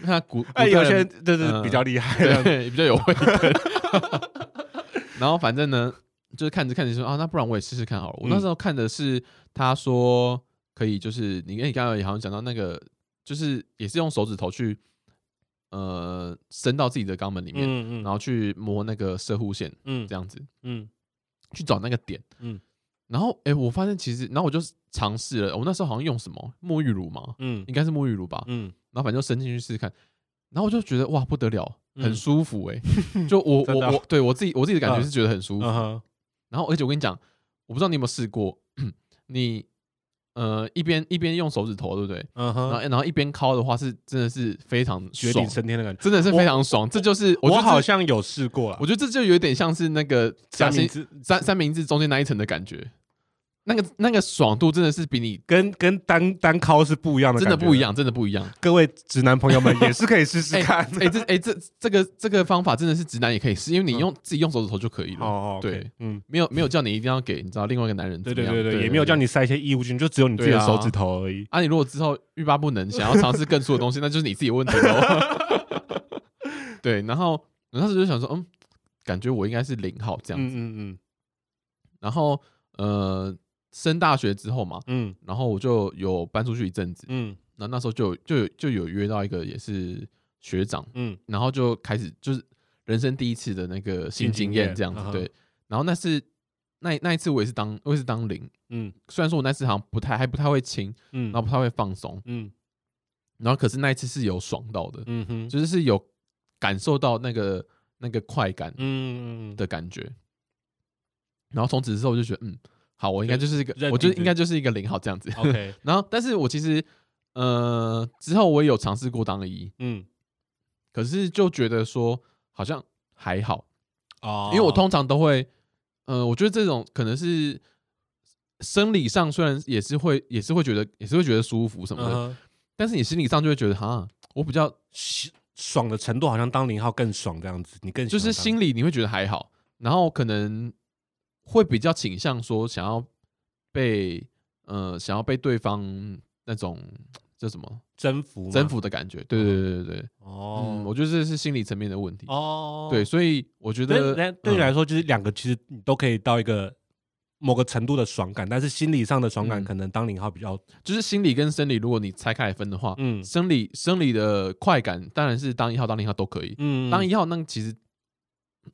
S1: 那古古
S2: 哎，
S1: 代
S2: 有些
S1: 人
S2: 人就是
S1: 嗯
S2: 比较厉害这样子。
S1: 对比较有味的。 然后反正呢，就是看着看着说啊，那不然我也试试看好了。我
S2: 嗯
S1: 那时候看的是他说可以，就是你跟你刚刚也好像讲到那个，就是也是用手指头去呃伸到自己的肛门里面，
S2: 嗯
S1: 然后去摸那个射护线，
S2: 嗯
S1: 这样子
S2: 嗯
S1: 去找那个点。
S2: 嗯
S1: 然后哎、诶我发现其实，然后我就尝试了，我那时候好像用什么沐浴乳嘛，
S2: 嗯
S1: 应该是沐浴乳吧，
S2: 嗯，
S1: 然后反正就伸进去试试看，然后我就觉得哇不得了，很
S2: 嗯
S1: 舒服 哎、就我
S2: 真的
S1: 我
S2: 哦
S1: 我对我自己我自己的感觉
S2: 嗯
S1: 是觉得很舒服。
S2: 嗯哼
S1: 然后而且我跟你讲，我不知道你有没有试过，你呃一边一边用手指头对不对？
S2: 嗯
S1: 然后
S2: 哼，
S1: 然后一边敲的话是真的是非常
S2: 绝顶
S1: 爽，
S2: 升天的感觉。
S1: 真的是非
S2: 我
S1: 常爽。这就是我觉得
S2: 我
S1: 这
S2: 好，像有试过了
S1: 我，觉得这就有点像是那个夹
S2: 三明
S1: 心
S2: 治
S1: 三三明治中间那一层的感觉，那个那个爽度真的是比你
S2: 跟跟单单敲是不一样的，
S1: 真的不一。样，真的不一样。
S2: 各位直男朋友们也是可以试 试
S1: 哎
S2: 看。
S1: 哎、这哎、这这个这个方法真的是直男也可以试，因为你
S2: 嗯
S1: 用、自己用手指头就可以了。
S2: 哦，
S1: 对
S2: OK，嗯，
S1: 没有没有叫你一定要给你知道另外一个男人
S2: 对
S1: 怎么
S2: 对
S1: 样
S2: 对对，也没有叫你塞一些异物进去，就只有你自己的
S1: 对啊
S2: 手指头而已。
S1: 啊。你如果之后欲罢不能，想要尝试更粗的 东西，那就是你自己的问题喽。 对，然后我当时就想说，嗯，感觉我应该是零号这样。
S2: 嗯嗯
S1: 然后呃，升大学之后嘛，
S2: 嗯
S1: 然后我就有搬出去一阵子，
S2: 嗯
S1: 那那时候就有就有就有约到一个也是学长，
S2: 嗯
S1: 然后就开始就是人生第一次的那个新
S2: 新
S1: 经
S2: 经
S1: 验
S2: 验
S1: 这样
S2: 嗯
S1: 子，
S2: 哼
S1: 对。然后那是那那一次我也是当我也是当零，
S2: 嗯
S1: 虽然说我那次好像不太还不太会亲，
S2: 嗯
S1: 然后不太会放松，
S2: 嗯
S1: 然后可是那一次是有爽到的，
S2: 嗯哼，
S1: 就是是有感受到那个那个快感
S2: 嗯嗯
S1: 的感觉。然后从此之后我就觉得，嗯，好，我应该就是一个
S2: 认，定
S1: 我觉得
S2: 自己
S1: 应该就是一个零号这样子。
S2: OK，
S1: 然后，但是我其实呃之后我也有尝试过当一，
S2: 嗯
S1: 可是就觉得说好像还好，
S2: 哦
S1: 因为我通常都会，呃，我觉得这种可能是生理上虽然也是会，也是会觉得，也是会觉得舒服什么的，
S2: 嗯哼
S1: 但是你心理上就会觉得，哈，我比较
S2: 喜爽的程度好像当零号更爽这样子，你更喜
S1: 就
S2: 欢
S1: 是
S2: 当
S1: 心里你会觉得还好，然后可能会比较倾向说想要被呃想要被对方那种叫什么
S2: 征服吗
S1: 征服的感觉，对对对对对，嗯，
S2: 哦
S1: 我觉得这是心理层面的问题，
S2: 哦
S1: 对，所以我觉
S2: 对，
S1: 得
S2: 那对你
S1: 嗯
S2: 来说，就是两个其实你都可以到一个某个程度的爽感，但是心理上的爽感
S1: 嗯
S2: 可能当零号比较，
S1: 就是心理跟生理，如果你拆开来分的话，
S2: 嗯
S1: 生理生理的快感当然是当一号当零号都可以。
S2: 嗯
S1: 当一号那其实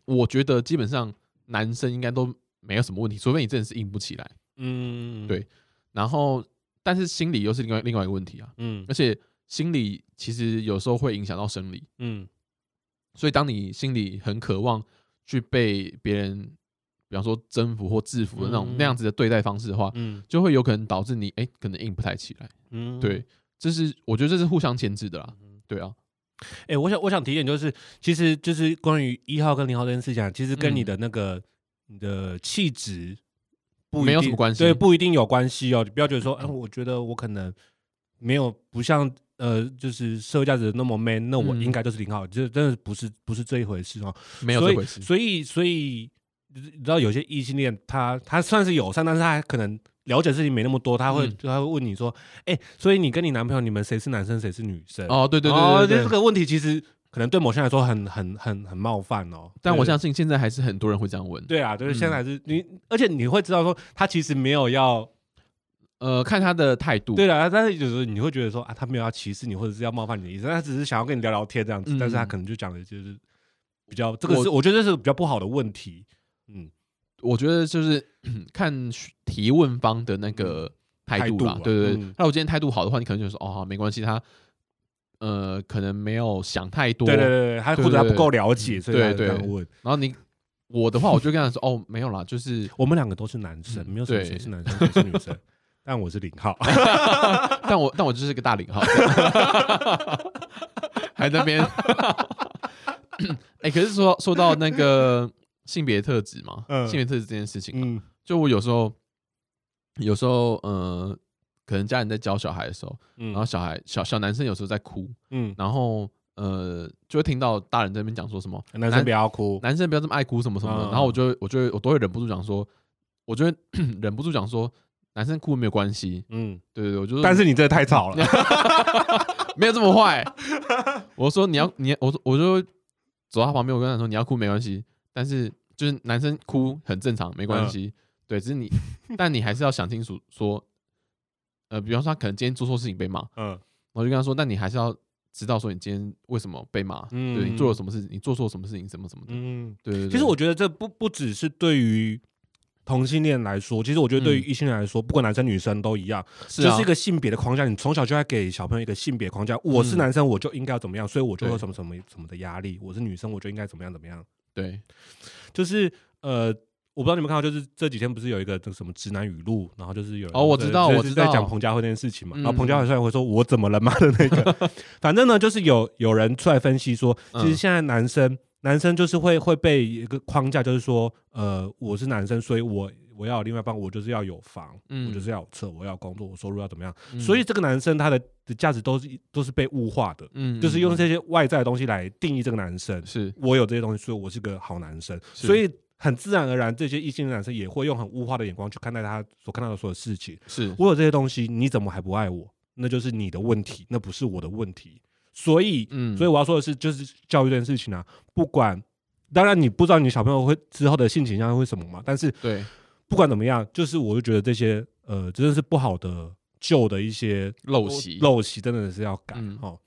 S1: 我觉得基本上男生应该都没有什么问题，除非你真的是硬不起来。
S2: 嗯
S1: 对然后，但是心理又是另外另外一个问题啊，
S2: 嗯
S1: 而且心理其实有时候会影响到生理，
S2: 嗯
S1: 所以当你心里很渴望去被别人，比方说征服或制服的那种、
S2: 嗯
S1: 那样子的对待方式的话，
S2: 嗯
S1: 就会有可能导致你哎、诶可能硬不太起来。
S2: 嗯，
S1: 对，这是我觉得这是互相牵制的啦。对啊，
S2: 哎、我想我想提点就是，其实就是关于一号跟零号这件事情啊，其实
S1: 嗯
S2: 跟你的那个、你的气质不一
S1: 没有
S2: 定
S1: 什么关系嗯
S2: 对，不一定有关系哦。你不要觉得说，哎、我觉得我可能没有不像呃，就是社会价值那么 man，那我
S1: 嗯
S2: 应该就是零号，这、真的不是不是这一回事哦。
S1: 没有
S2: 所
S1: 这
S2: 以
S1: 回事。
S2: 所以所以你知道有些异性恋他他算是友善，但是他可能了解事情没那么多，他会、
S1: 嗯
S2: 他会问你说，哎、所以你跟你男朋友你们谁是男生谁是女生？
S1: 哦，对对
S2: 哦，
S1: 对
S2: 这
S1: 对对
S2: 这个问题其实可能对某些人来说很很很很冒犯哦。
S1: 但我
S2: 对
S1: 相信现在还是很多人会这样问。，
S2: 对啊，就是
S1: 嗯
S2: 现在还是你，而且你会知道说他其实没有要
S1: 呃，看他的态度。
S2: 对啦，但是有时候你会觉得说啊，他没有要歧视你或者是要冒犯你的意思，他只是想要跟你聊聊天这样子，
S1: 嗯
S2: 但是他可能就讲的就是比较这个
S1: 我
S2: 是我觉得这是比较不好的问题。嗯，
S1: 我觉得就是 看提问方的那个态度啦。
S2: 嗯态度啊
S1: 对对对
S2: 嗯，
S1: 那、我今天态度好的话，你可能就说哦，好没关系，他呃可能没有想太多。
S2: 对对对，对他或者他
S1: 对对
S2: 不够了解，
S1: 嗯
S2: 所以他
S1: 对对
S2: 这样问。
S1: 然后你我的话，我就跟他说哦，没有啦， 就是，
S2: 我们两个都是男生，
S1: 嗯
S2: 没有什么
S1: 对
S2: 谁是男生谁是 女生，但我是零号。
S1: 但我但我就是个大领号， 还在那 边。 哎、可是说说到那个性别特质嘛，
S2: 嗯
S1: 性别特质这件事情啊、
S2: 嗯
S1: 就我有时候，有时候，呃，可能家人在教小孩的时候，
S2: 嗯，
S1: 然后小孩小小男生有时候在哭，
S2: 嗯
S1: 然后呃，就会听到大人在那边讲说什么
S2: 男生不要哭，
S1: 男生不要这么爱哭什么什么的，
S2: 嗯
S1: 然后我就会我就会我都会忍不住讲说，我就会 忍不住讲说，男生哭没有关系，
S2: 嗯，
S1: 对对对，我就是
S2: 但是你这太 吵了，
S1: 没有这么坏。 我说你要你我说我就走到他旁边，我跟他说你要哭没关系，但是就是男生哭很正常，没关
S2: 嗯
S1: 系。对，只是你，但你还是要想清楚说，呃，比方说他可能今天做错事情被骂，
S2: 嗯
S1: 我就跟他说，那你还是要知道说你今天为什么被骂，
S2: 嗯
S1: 对你做了什么事，你做错什么事情，什么什么的。
S2: 嗯。
S1: 对对对，
S2: 其实我觉得这不不只是对于同性恋来说，其实我觉得对于
S1: 嗯
S2: 异性恋来说，不管男生女生都一样，
S1: 是
S2: 就
S1: 啊
S2: 是一个性别的框架。你从小就要给小朋友一个性别框架，我是
S1: 嗯
S2: 男生我就应该要怎么样，所以我就会
S1: 对
S2: 什么什么什么的压力；我是女生我就应该怎么样怎么样。
S1: 对，
S2: 就是呃，我不知道你们看到，就是这几天不是有一个这个什么直男语录，然后就是有人
S1: 哦我知道
S2: 就是
S1: 我知
S2: 在
S1: 道
S2: 讲彭佳慧那件事情嘛，
S1: 嗯
S2: 然后彭佳慧出来会说我怎么了嘛的 那个，反正呢就是有有人出来分析说，其实
S1: 嗯
S2: 现在男生、男生就是会会被一个框架，就是说呃我是男生，所以我我要有另外一半，我就是要有房，
S1: 嗯
S2: 我就是要有车，我要有工作，我收入要怎么样，
S1: 嗯
S2: 所以这个男生他的的价值都是都是被物化的，
S1: 嗯，
S2: 就是
S1: 嗯
S2: 用这些外在的东西来定义这个男生，
S1: 是
S2: 我有这些东西，所以我是个好男生，
S1: 是
S2: 所以很自然而然，这些异性的男生也会用很物化的眼光去看待他所看到的所有事情。
S1: 是，
S2: 我有这些东西，你怎么还不爱我？那就是你的问题，那不是我的问题。所以，
S1: 嗯，
S2: 所以我要说的是，就是教育这件事情啊，不管。当然，你不知道你小朋友会之后的性倾向会什么嘛？但是
S1: 对
S2: 不管怎么样，就是我就觉得这些呃，真的是不好的旧的一些
S1: 陋习，
S2: 陋习真的是要改
S1: 嗯
S2: 哦。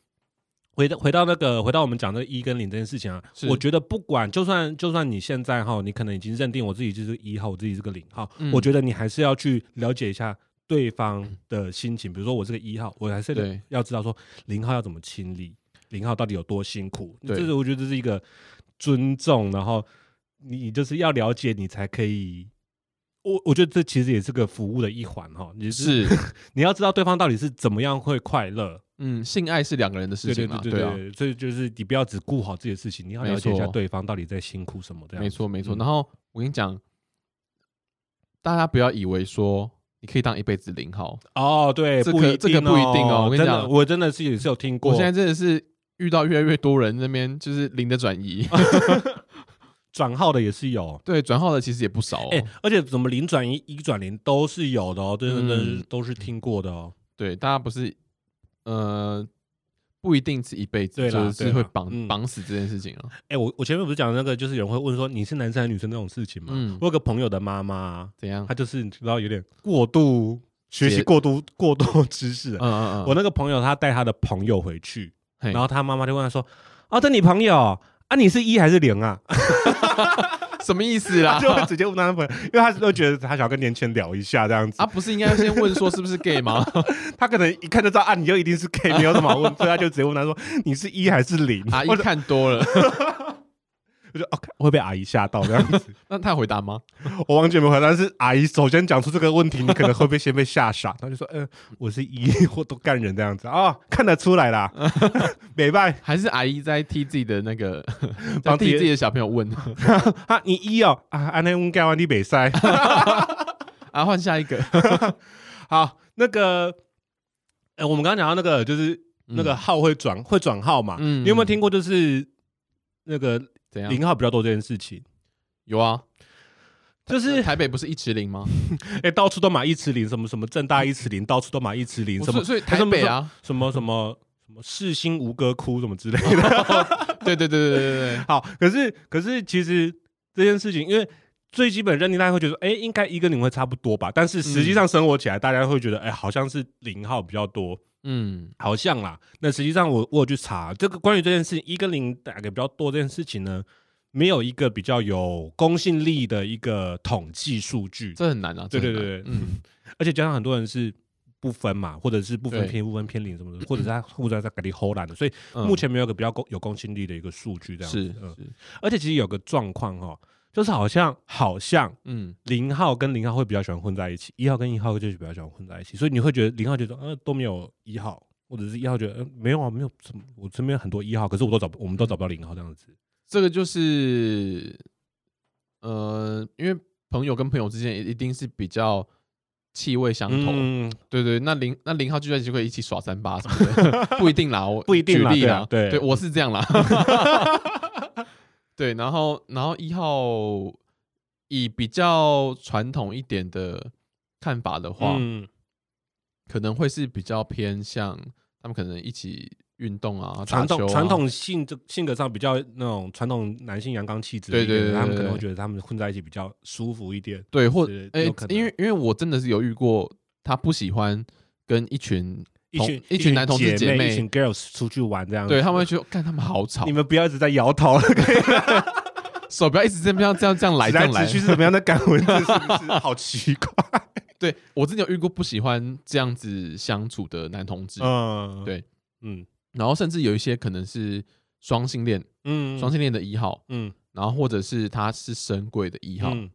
S2: 回到回到那个回到我们讲的一跟零这件事情啊，
S1: 是
S2: 我觉得不管就算就算你现在哈，你可能已经认定我自己就是一号，我自己是个零号，
S1: 嗯
S2: 我觉得你还是要去了解一下对方的心情。比如说我是个一号，我还是
S1: 对
S2: 要知道说零号要怎么清理，零号到底有多辛苦。
S1: 对
S2: 这是我觉得这是一个尊重，然后你你就是要了解，你才可以。我我觉得这其实也是个服务的一环哈，你是
S1: 是，
S2: 你要知道对方到底是怎么样会快乐，
S1: 嗯，性爱是两个人的事
S2: 对对
S1: 情嘛，
S2: 对
S1: 对啊，
S2: 对，所以就是你不要只顾好自己的事情，你要了解一下对方到底在辛苦什么这样。
S1: 没错没错。
S2: 嗯
S1: 然后我跟你讲，大家不要以为说你可以当一辈子零号，
S2: 哦，对，
S1: 这
S2: 不
S1: 个
S2: 一定
S1: 这个不一定哦我跟你
S2: 真的
S1: 讲
S2: 我真的是也是有听过，
S1: 我现在真的是遇到越来越多人那边就是零的转 移，
S2: 转号的也是有。
S1: 对，转号的其实也不少哦
S2: 哎、。而且怎么零转一、一转零都是有的哦，真的、真的是
S1: 嗯
S2: 都是听过的哦。
S1: 对，大家不是呃不一定是一辈子
S2: 对，啦
S1: 就是
S2: 对
S1: 会
S2: 啦
S1: 绑
S2: 嗯
S1: 绑死这件事情啊。
S2: 哎、我我前面不是讲那个，就是有人会问说你是男生还是女生那种事情嘛？
S1: 嗯
S2: 我有个朋友的妈妈，
S1: 怎样
S2: 她？就是你知道有点过度学习
S1: 解
S2: 过度过度知识
S1: 嗯，嗯嗯，
S2: 我那个朋友他带他的朋友回去，
S1: 嘿
S2: 然后他妈妈就问他说：“哦，这你朋友啊，你是一还是零啊
S1: 什么意思？”啦
S2: 他？就会直接问他的朋友，因为他都觉得他想要跟年轻人聊一下这样子，
S1: 啊，不是应该先问说是不是 gay 吗？
S2: 他可能一看就知道啊，你就一定是 gay，没有什么好问，所以他就直接问他说：“你是一还是零？”
S1: 阿姨
S2: 我就
S1: 看多了，
S2: 我就哦，看会被阿姨吓到这样 子。
S1: 那他回答吗？
S2: 我忘记有没有回答，但是阿姨首先讲出这个问题，你可能会被先被吓傻，他就说：“嗯、我是一或都干人这样子啊、哦，看得出来啦， 没办
S1: 还是阿姨在替自己的那个在
S2: 帮自己
S1: 替自己的小朋友问
S2: 啊，你一哦啊，安内翁干完你北塞。”
S1: 啊？换下一个，
S2: 好，那个，呃，我们刚刚讲到那个，就是那个
S1: 嗯
S2: 号会转、会转号嘛，
S1: 嗯
S2: 你有没有听过？就是那个
S1: 怎样？
S2: 零号比较多这件事情，
S1: 有啊，
S2: 就是
S1: 台北不是一池零吗？
S2: 哎、到处都买一池零，什么什么正大一池零，到处都买一池零，什
S1: 所以
S2: 么
S1: 所以
S2: 还
S1: 台
S2: 是
S1: 北啊，
S2: 什么什么什么世新吴哥窟什么之类的。
S1: 对对对对对对对，
S2: 好，可是可是其实这件事情，因为。最基本认定，大家会觉得，哎、应该一跟零会差不多吧？但是实际上生活起来，大家会觉得，哎、好像是零号比较多。
S1: 嗯
S2: 好像啦，那实际上我我有去查这个关于这件事情一跟零打给比较多这件事情呢，没有一个比较有公信力的一个统计数据，
S1: 这很难啊，
S2: 对
S1: 这很
S2: 对
S1: 难
S2: 对对
S1: 嗯
S2: 而且加上很多人是不分嘛，或者是不分
S1: 对
S2: 偏不分偏零什么的，或者是他互相在给你偷懒的，所以
S1: 嗯
S2: 目前没有一个比较公有公信力的一个数据这样子。
S1: 是
S2: 嗯，
S1: 是
S2: 而且其实有个状况哈，就是好像好像
S1: 嗯
S2: 零号跟零号会比较喜欢混在一起，一号跟一号就是比较喜欢混在一起，所以你会觉得零号觉得呃都没有一号，或者是一号觉得、呃、没有啊没有什么，我身边很多一号，可是我都找不我们都找不到零号这样子。
S1: 这个就是呃，因为朋友跟朋友之间一定是比较气味相投。
S2: 嗯，
S1: 对对，那零那零号聚在一起就可以一起耍三八什么的， 不一定啦，我
S2: 不一定
S1: 举
S2: 啦
S1: 例
S2: 对啊
S1: 啦，
S2: 对
S1: 我是这样啦。 对，然后然后一号以比较传统一点的看法的话，
S2: 嗯，
S1: 可能会是比较偏向他们可能一起运动啊，
S2: 传
S1: 打
S2: 统
S1: 球啊
S2: 传统性这性格上比较那种传统男性阳刚气质的
S1: 对
S2: 一
S1: 对
S2: 点的，
S1: 对
S2: 他们可
S1: 对
S2: 能会
S1: 对
S2: 觉得他们混在一起比较舒服一点。
S1: 对，或
S2: 是
S1: 哎、
S2: 有可能
S1: 因为因为我真的是有遇过，他不喜欢跟一群
S2: 一
S1: 同
S2: 群
S1: 一群男同志姐
S2: 姐
S1: 妹
S2: 一群 girls 出去玩这样子，
S1: 对他们会觉得，看他们好吵
S2: 嗯你，们不要一直在摇头，
S1: 手不要一直这样这样这样来
S2: 指
S1: 这
S2: 来
S1: 样来
S2: 指。 去是怎么样的赶蚊子，是不是？好奇怪。
S1: 对我之前有遇过不喜欢这样子相处的男同志，
S2: 嗯，
S1: 对，
S2: 嗯
S1: 然后甚至有一些可能是双性恋，
S2: 嗯，
S1: 双性恋的一号，
S2: 嗯
S1: 然后或者是他是神鬼的一号，
S2: 嗯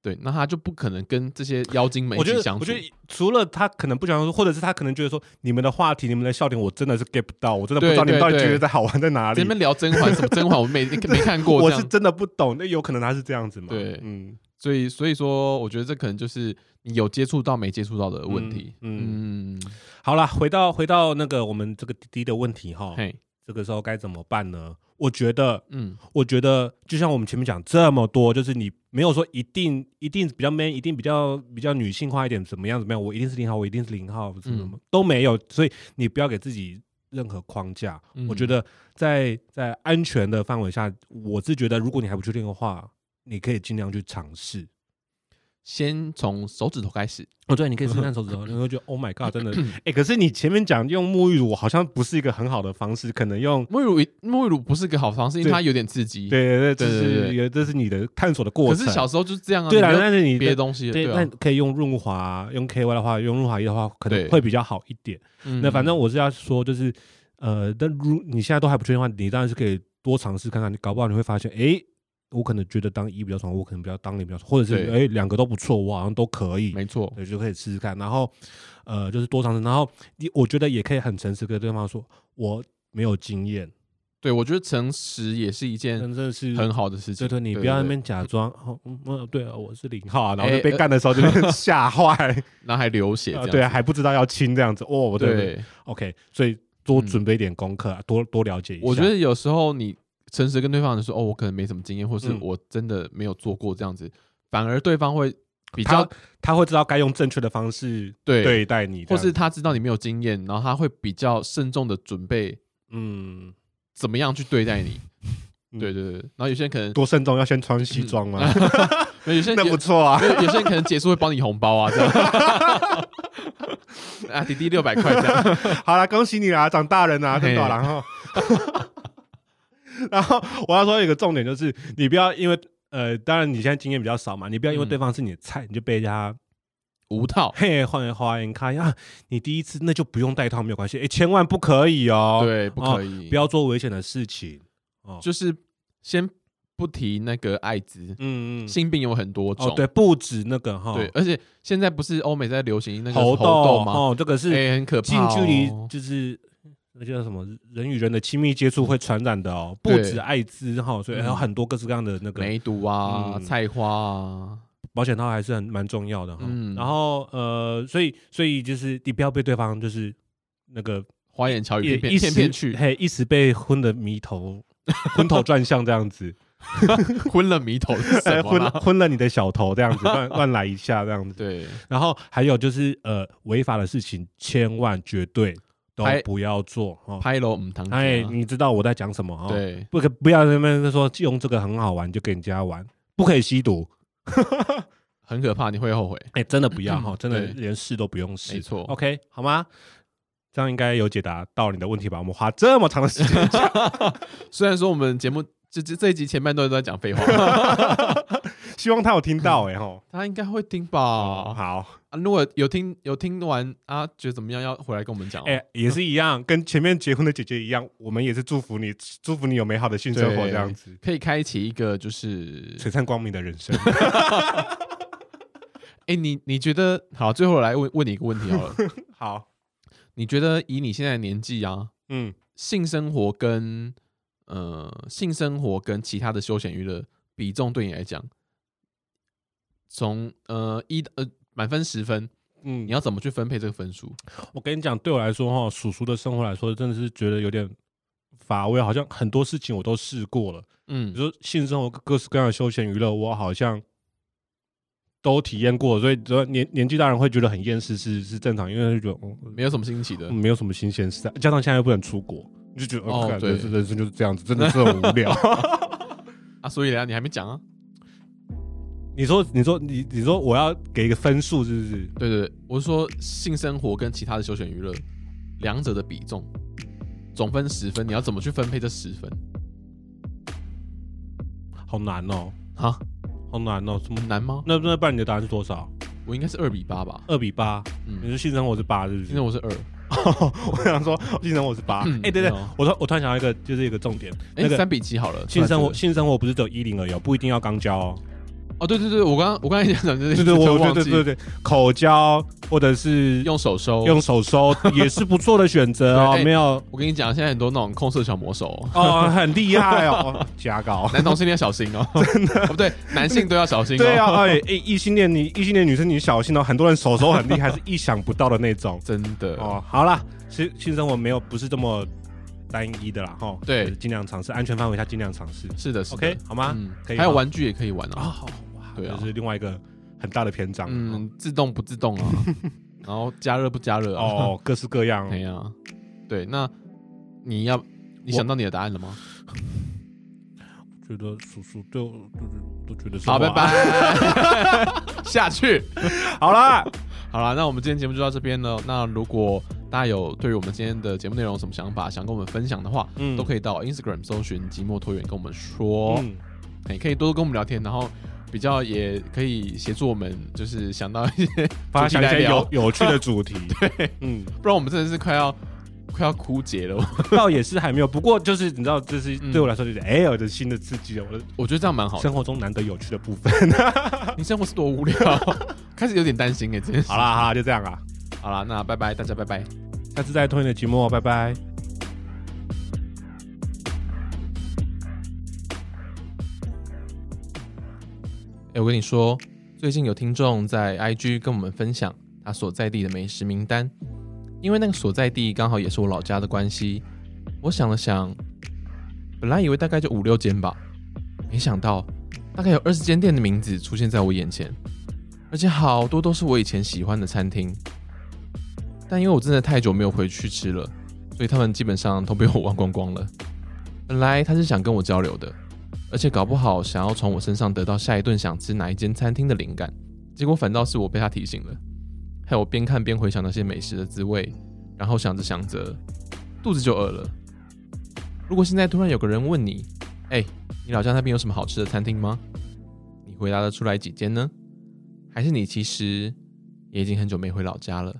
S1: 对，那他就不可能跟这些妖精们一
S2: 我觉
S1: 起
S2: 得
S1: 相
S2: 我
S1: 处
S2: 觉。得除了他可能不想说，或者是他可能觉得说你们的话题、你们的笑点，我真的是 get 不到，我真的不知道
S1: 对
S2: 你
S1: 对
S2: 们到底
S1: 对
S2: 觉得好玩在哪
S1: 前
S2: 里。
S1: 面聊甄嬛什么甄嬛，我 没没看过，
S2: 我
S1: 这
S2: 是
S1: 样，
S2: 真的不懂，那有可能他是这样子嘛？
S1: 对
S2: 嗯，
S1: 所以所以说，我觉得这可能就是你有接触到没接触到的问题。
S2: 嗯
S1: 嗯，
S2: 好啦，回到回到那个我们这个滴滴的问题哈，
S1: 嘿，
S2: 这个时候该怎么办呢？我觉得，
S1: 嗯，
S2: 我觉得就像我们前面讲这么多，就是你没有说一定一定比较 man，一定比较比较女性化一点，怎么样怎么样，我一定是零号，我一定是零
S1: 嗯
S2: 号，什么什么、都没有，所以你不要给自己任何框架。
S1: 嗯
S2: 我觉得在在安全的范围下，我是觉得如果你还不确定的话，你可以尽量去尝试。
S1: 先从手指头开始。
S2: 哦，对，你可以试 试看手指头，你会觉得 Oh my God，真的， 哎、可是你前面讲用沐浴乳好像不是一个很好的方式，可能用
S1: 沐浴乳一，沐浴乳不是个好方式，因为
S2: 对
S1: 它有点刺激。，
S2: 对对对，这
S1: 对对对
S2: 是一个这是你的探索的过
S1: 可
S2: 程。
S1: 是小时候就是这样啊。
S2: 对
S1: 你
S2: 啦，
S1: 没有
S2: 但是你
S1: 别的
S2: 的
S1: 东西了，
S2: 对，
S1: 对
S2: 那
S1: 啊，
S2: 可以用润滑，用 KY 的话，用润滑液的话，可
S1: 对
S2: 能会比较好一点。
S1: 嗯
S2: 那反正我是要说，就是呃，但如你现在都还不确定的话，你当然是可以多尝试看看，你搞不好你会发现，诶，我可能觉得当一比较爽，我可能比较当零比较爽，或者是
S1: 对
S2: 诶两个都不错，我好像都可以。
S1: 嗯没错，
S2: 对，就可以试试看。然后，呃，就是多尝试。然后你，我觉得也可以很诚实跟对方说，我没有经验，
S1: 对我觉得诚实也是一件
S2: 真的是
S1: 嗯很好的事情。
S2: 对对，你不要在那
S1: 对，
S2: 边假装，哦，嗯嗯，对，我是零号啊，然后
S1: 哎
S2: 就被
S1: 呃
S2: 干的时 候就被吓坏，
S1: 然后还流血这
S2: 呃
S1: 样。
S2: 对，还不知道要亲这样子，哦，对对
S1: 对，
S2: ，OK，所以多
S1: 嗯
S2: 准备一点功课啊，多多了解一下。
S1: 我觉得有时候你诚实跟对方说，哦，我可能没什么经验，或是
S2: 嗯
S1: 我真的没有做过这样子，反而对方会比
S2: 他
S1: 较
S2: 他会知道该用正确的方式
S1: 对
S2: 对待你这
S1: 或
S2: 样子，
S1: 是他知道你没有经验，然后他会比较慎重的准备
S2: 嗯，
S1: 怎么样去对待你。
S2: 嗯
S1: 对对对，然后有些人可能，
S2: 多慎重，要先穿西 装吗？
S1: 没有有些人
S2: 那
S1: 有
S2: 不错啊，
S1: 有有些人可能结束会包你红包啊，这 样。啊，弟弟六百块这样。
S2: 好啦，恭喜你啦，长大人啦，
S1: 嘿
S2: 真的。然后， 然后我要说一个重点就是，你不要因为呃，当然你现在经验比较少嘛，你不要因为
S1: 嗯
S2: 对方是你的菜，你就被人家
S1: 无套，
S2: 嘿换花言开呀。你第一次那就不用带套没有关系，哎，千万不可以哦，，
S1: 对，不可以，
S2: 不要做危险的事情哦。
S1: 就是先不提那个艾滋，
S2: 嗯嗯，
S1: 性病有很多种
S2: 哦，对，不止那个哈，
S1: 对，而且现在不是欧美在流行那个
S2: 猴
S1: 猴
S2: 痘
S1: 痘吗？
S2: 哦，这个是
S1: 哎，很可
S2: 近
S1: 怕哦，
S2: 距离就是那叫什么人与人的亲密接触会传染的哦，不
S1: 对
S2: 止艾滋哈，所以
S1: 嗯
S2: 还有很多各式各样的那个
S1: 梅毒啊、
S2: 嗯
S1: 菜花啊，
S2: 保险套还是很蛮重要的哈
S1: 嗯。
S2: 然后呃，所以所以就是你不要被对方就是那个
S1: 花言巧
S2: 也
S1: 语骗
S2: 一
S1: 骗
S2: 时
S1: 骗骗 去，
S2: 嘿，一时被昏的 迷头昏头转向这样子，
S1: 昏了迷头是什
S2: 哎
S1: 么啊
S2: 昏
S1: 啦
S2: 了？昏了你的小头这样子， 乱乱来一下这样子。
S1: 对，
S2: 然后还有就是呃，违法的事情千万绝对都
S1: 拍
S2: 不要做哦。
S1: 拍楼唔堂
S2: 哎，你知道我在讲什么
S1: 啊
S2: 哦？
S1: 对，
S2: 不可不要在那边说用这个很好玩就给人家玩，不可以吸毒，
S1: 很可怕，你会后悔。
S2: 哎、真的 不要哈，真的
S1: 对
S2: 连试都不用试，
S1: 没错
S2: ，OK 好吗？这样应该有解答到你的问题吧？我们花这么长的时间 讲，
S1: 虽然说我们节目这这这一集前半段都在讲废话，
S2: 希望他有听到哎、吼。
S1: 他应该会听吧？
S2: 好，
S1: 啊，如果有听有听完啊，觉得怎么样，要回来跟我们讲哦。
S2: 哎、也是一样，跟前面结婚的姐姐一样，我们也是祝福你，祝福你有美好的性生活，
S1: 对
S2: 这样子
S1: 可以开启一个就是，
S2: 璀璨光明的人 生。
S1: 哎，你你觉得好？最后我来问问你一个问题好了，
S2: 好，
S1: 你觉得以你现在的年纪啊，
S2: 嗯，
S1: 性生活跟呃性生活跟其他的休闲娱乐比重对你来讲，从呃一呃满分十分，
S2: 嗯
S1: 你，要怎么去分配这个分数？
S2: 我跟你讲，对我来说哈，叔叔的生活来说，真的是觉得有点乏味，好像很多事情我都试过了，比
S1: 嗯，
S2: 如说性生活各式各样的休闲娱乐，我好像都体验过，所以只要年年纪大人会觉得很厌世是是正常，因为就觉得嗯
S1: 没有什么新奇的
S2: 嗯。没有什么新鲜事，加上现在又不能出国，你就觉得
S1: 哦
S2: 哦，干
S1: 对
S2: 人生人生就是这样子，真的是很无聊。
S1: 啊，所以呢，你还没讲啊？
S2: 你说，你说，你你说我要给一个分数是不是？
S1: 对对对，我是说性生活跟其他的休闲娱乐两者的比重，总分十分，你要怎么去分配这十分？
S2: 好难哦，
S1: 啊，
S2: 好难哦，什么？
S1: 很难吗？
S2: 那那不然你的答案是多少？
S1: 我应该是二比八吧？
S2: 二比八，你
S1: 嗯，
S2: 说性生活是八是不
S1: 现
S2: 是
S1: 在？我是二。
S2: 我想说性生活是八，哎，对对，
S1: 哎、
S2: 我突我突然想到一个，就是一个重点，那
S1: 诶
S2: 个
S1: 哎三比七好了。
S2: 性生
S1: 突
S2: 活
S1: 然觉
S2: 性生活不是只有一零而已哦，不一定要肛交哦。
S1: 得哦，对对对，我刚我刚才讲讲这
S2: 对
S1: 些，
S2: 对，我
S1: 我
S2: 觉得对对对，口交或者是
S1: 用手收。
S2: 用 手收也是不错的选择哦
S1: 对，哎
S2: 没有
S1: 我跟你讲，现在很多那种控色小魔手 哦，
S2: 哦，很厉害 哦，加高。
S1: 男同性恋要小心 哦，哦不对，男性都要小心哦。
S2: 对啊，哎哎，异性恋你异性恋女生你小心哦，很多人手手 很厉害，是意想不到的那种
S1: 真的
S2: 哦。好啦，性性生活没有不是这么单一的啦，哈，
S1: 对
S2: 就是尽量尝试，安全范围下尽量尝试
S1: 是的，是的
S2: ，OK 好吗？
S1: 嗯，
S2: 可以
S1: 还有
S2: 吗
S1: 玩具也可以玩
S2: 啊，
S1: 啊，
S2: 好哇，
S1: 对啊
S2: 这是另外一个很大的篇章，嗯，
S1: 嗯，自动不自动 啊，然后加热不加热啊，
S2: 哦，各式各样哦
S1: 哎，呀，对，那你要你
S2: 我
S1: 想到你的答案了吗？
S2: 觉得叔叔对我都都觉得是
S1: 好，
S2: 我
S1: 拜
S2: 啊。
S1: 拜， 下去。
S2: 好啦，
S1: 好了，那我们今天节目就到这边了。那如果大家有对于我们今天的节目内容有什么想法，想跟我们分享的话，
S2: 嗯
S1: 都可以到 Instagram 搜寻“寂寞拖远”跟我们说，
S2: 嗯
S1: 也、可以多多跟我们聊天，然后比较也可以协助我们，就是想到 一些
S2: 发
S1: 主题
S2: 想一
S1: 来
S2: 些
S1: 聊
S2: 有，有趣的主题。 对，嗯，
S1: 不然我们真的是快要快要枯竭 了。我
S2: 倒也是还没有，不过就是你知道，这是
S1: 嗯
S2: 对我来说就是哎，我的新的刺激了，我的
S1: 我觉得这样蛮好的。
S2: 生活中难得有趣的部分。
S1: 你生活是多无聊， 开始有点担心哎、真是。
S2: 好啦，好啦，就这样啊，
S1: 好啦，那拜拜，大家拜拜。
S2: 下次再拖你的节目哦，拜拜。
S1: 哎、我跟你说，最近有听众在 IG 跟我们分享他所在地的美食名单，因为那个所在地刚好也是我老家的关系。我想了想，本来以为大概就五六间吧，没想到大概有二十间店的名字出现在我眼前，而且好多都是我以前喜欢的餐厅。但因为我真的太久没有回去吃了，所以他们基本上都被我忘光光了。本来他是想跟我交流的，而且搞不好想要从我身上得到下一顿想吃哪一间餐厅的灵感，结果反倒是我被他提醒了，害我边看边回想那些美食的滋味，然后想着想着，肚子就饿了。如果现在突然有个人问你，哎、你老家那边有什么好吃的餐厅吗？你回答得出来几间呢？还是你其实也已经很久没回老家了？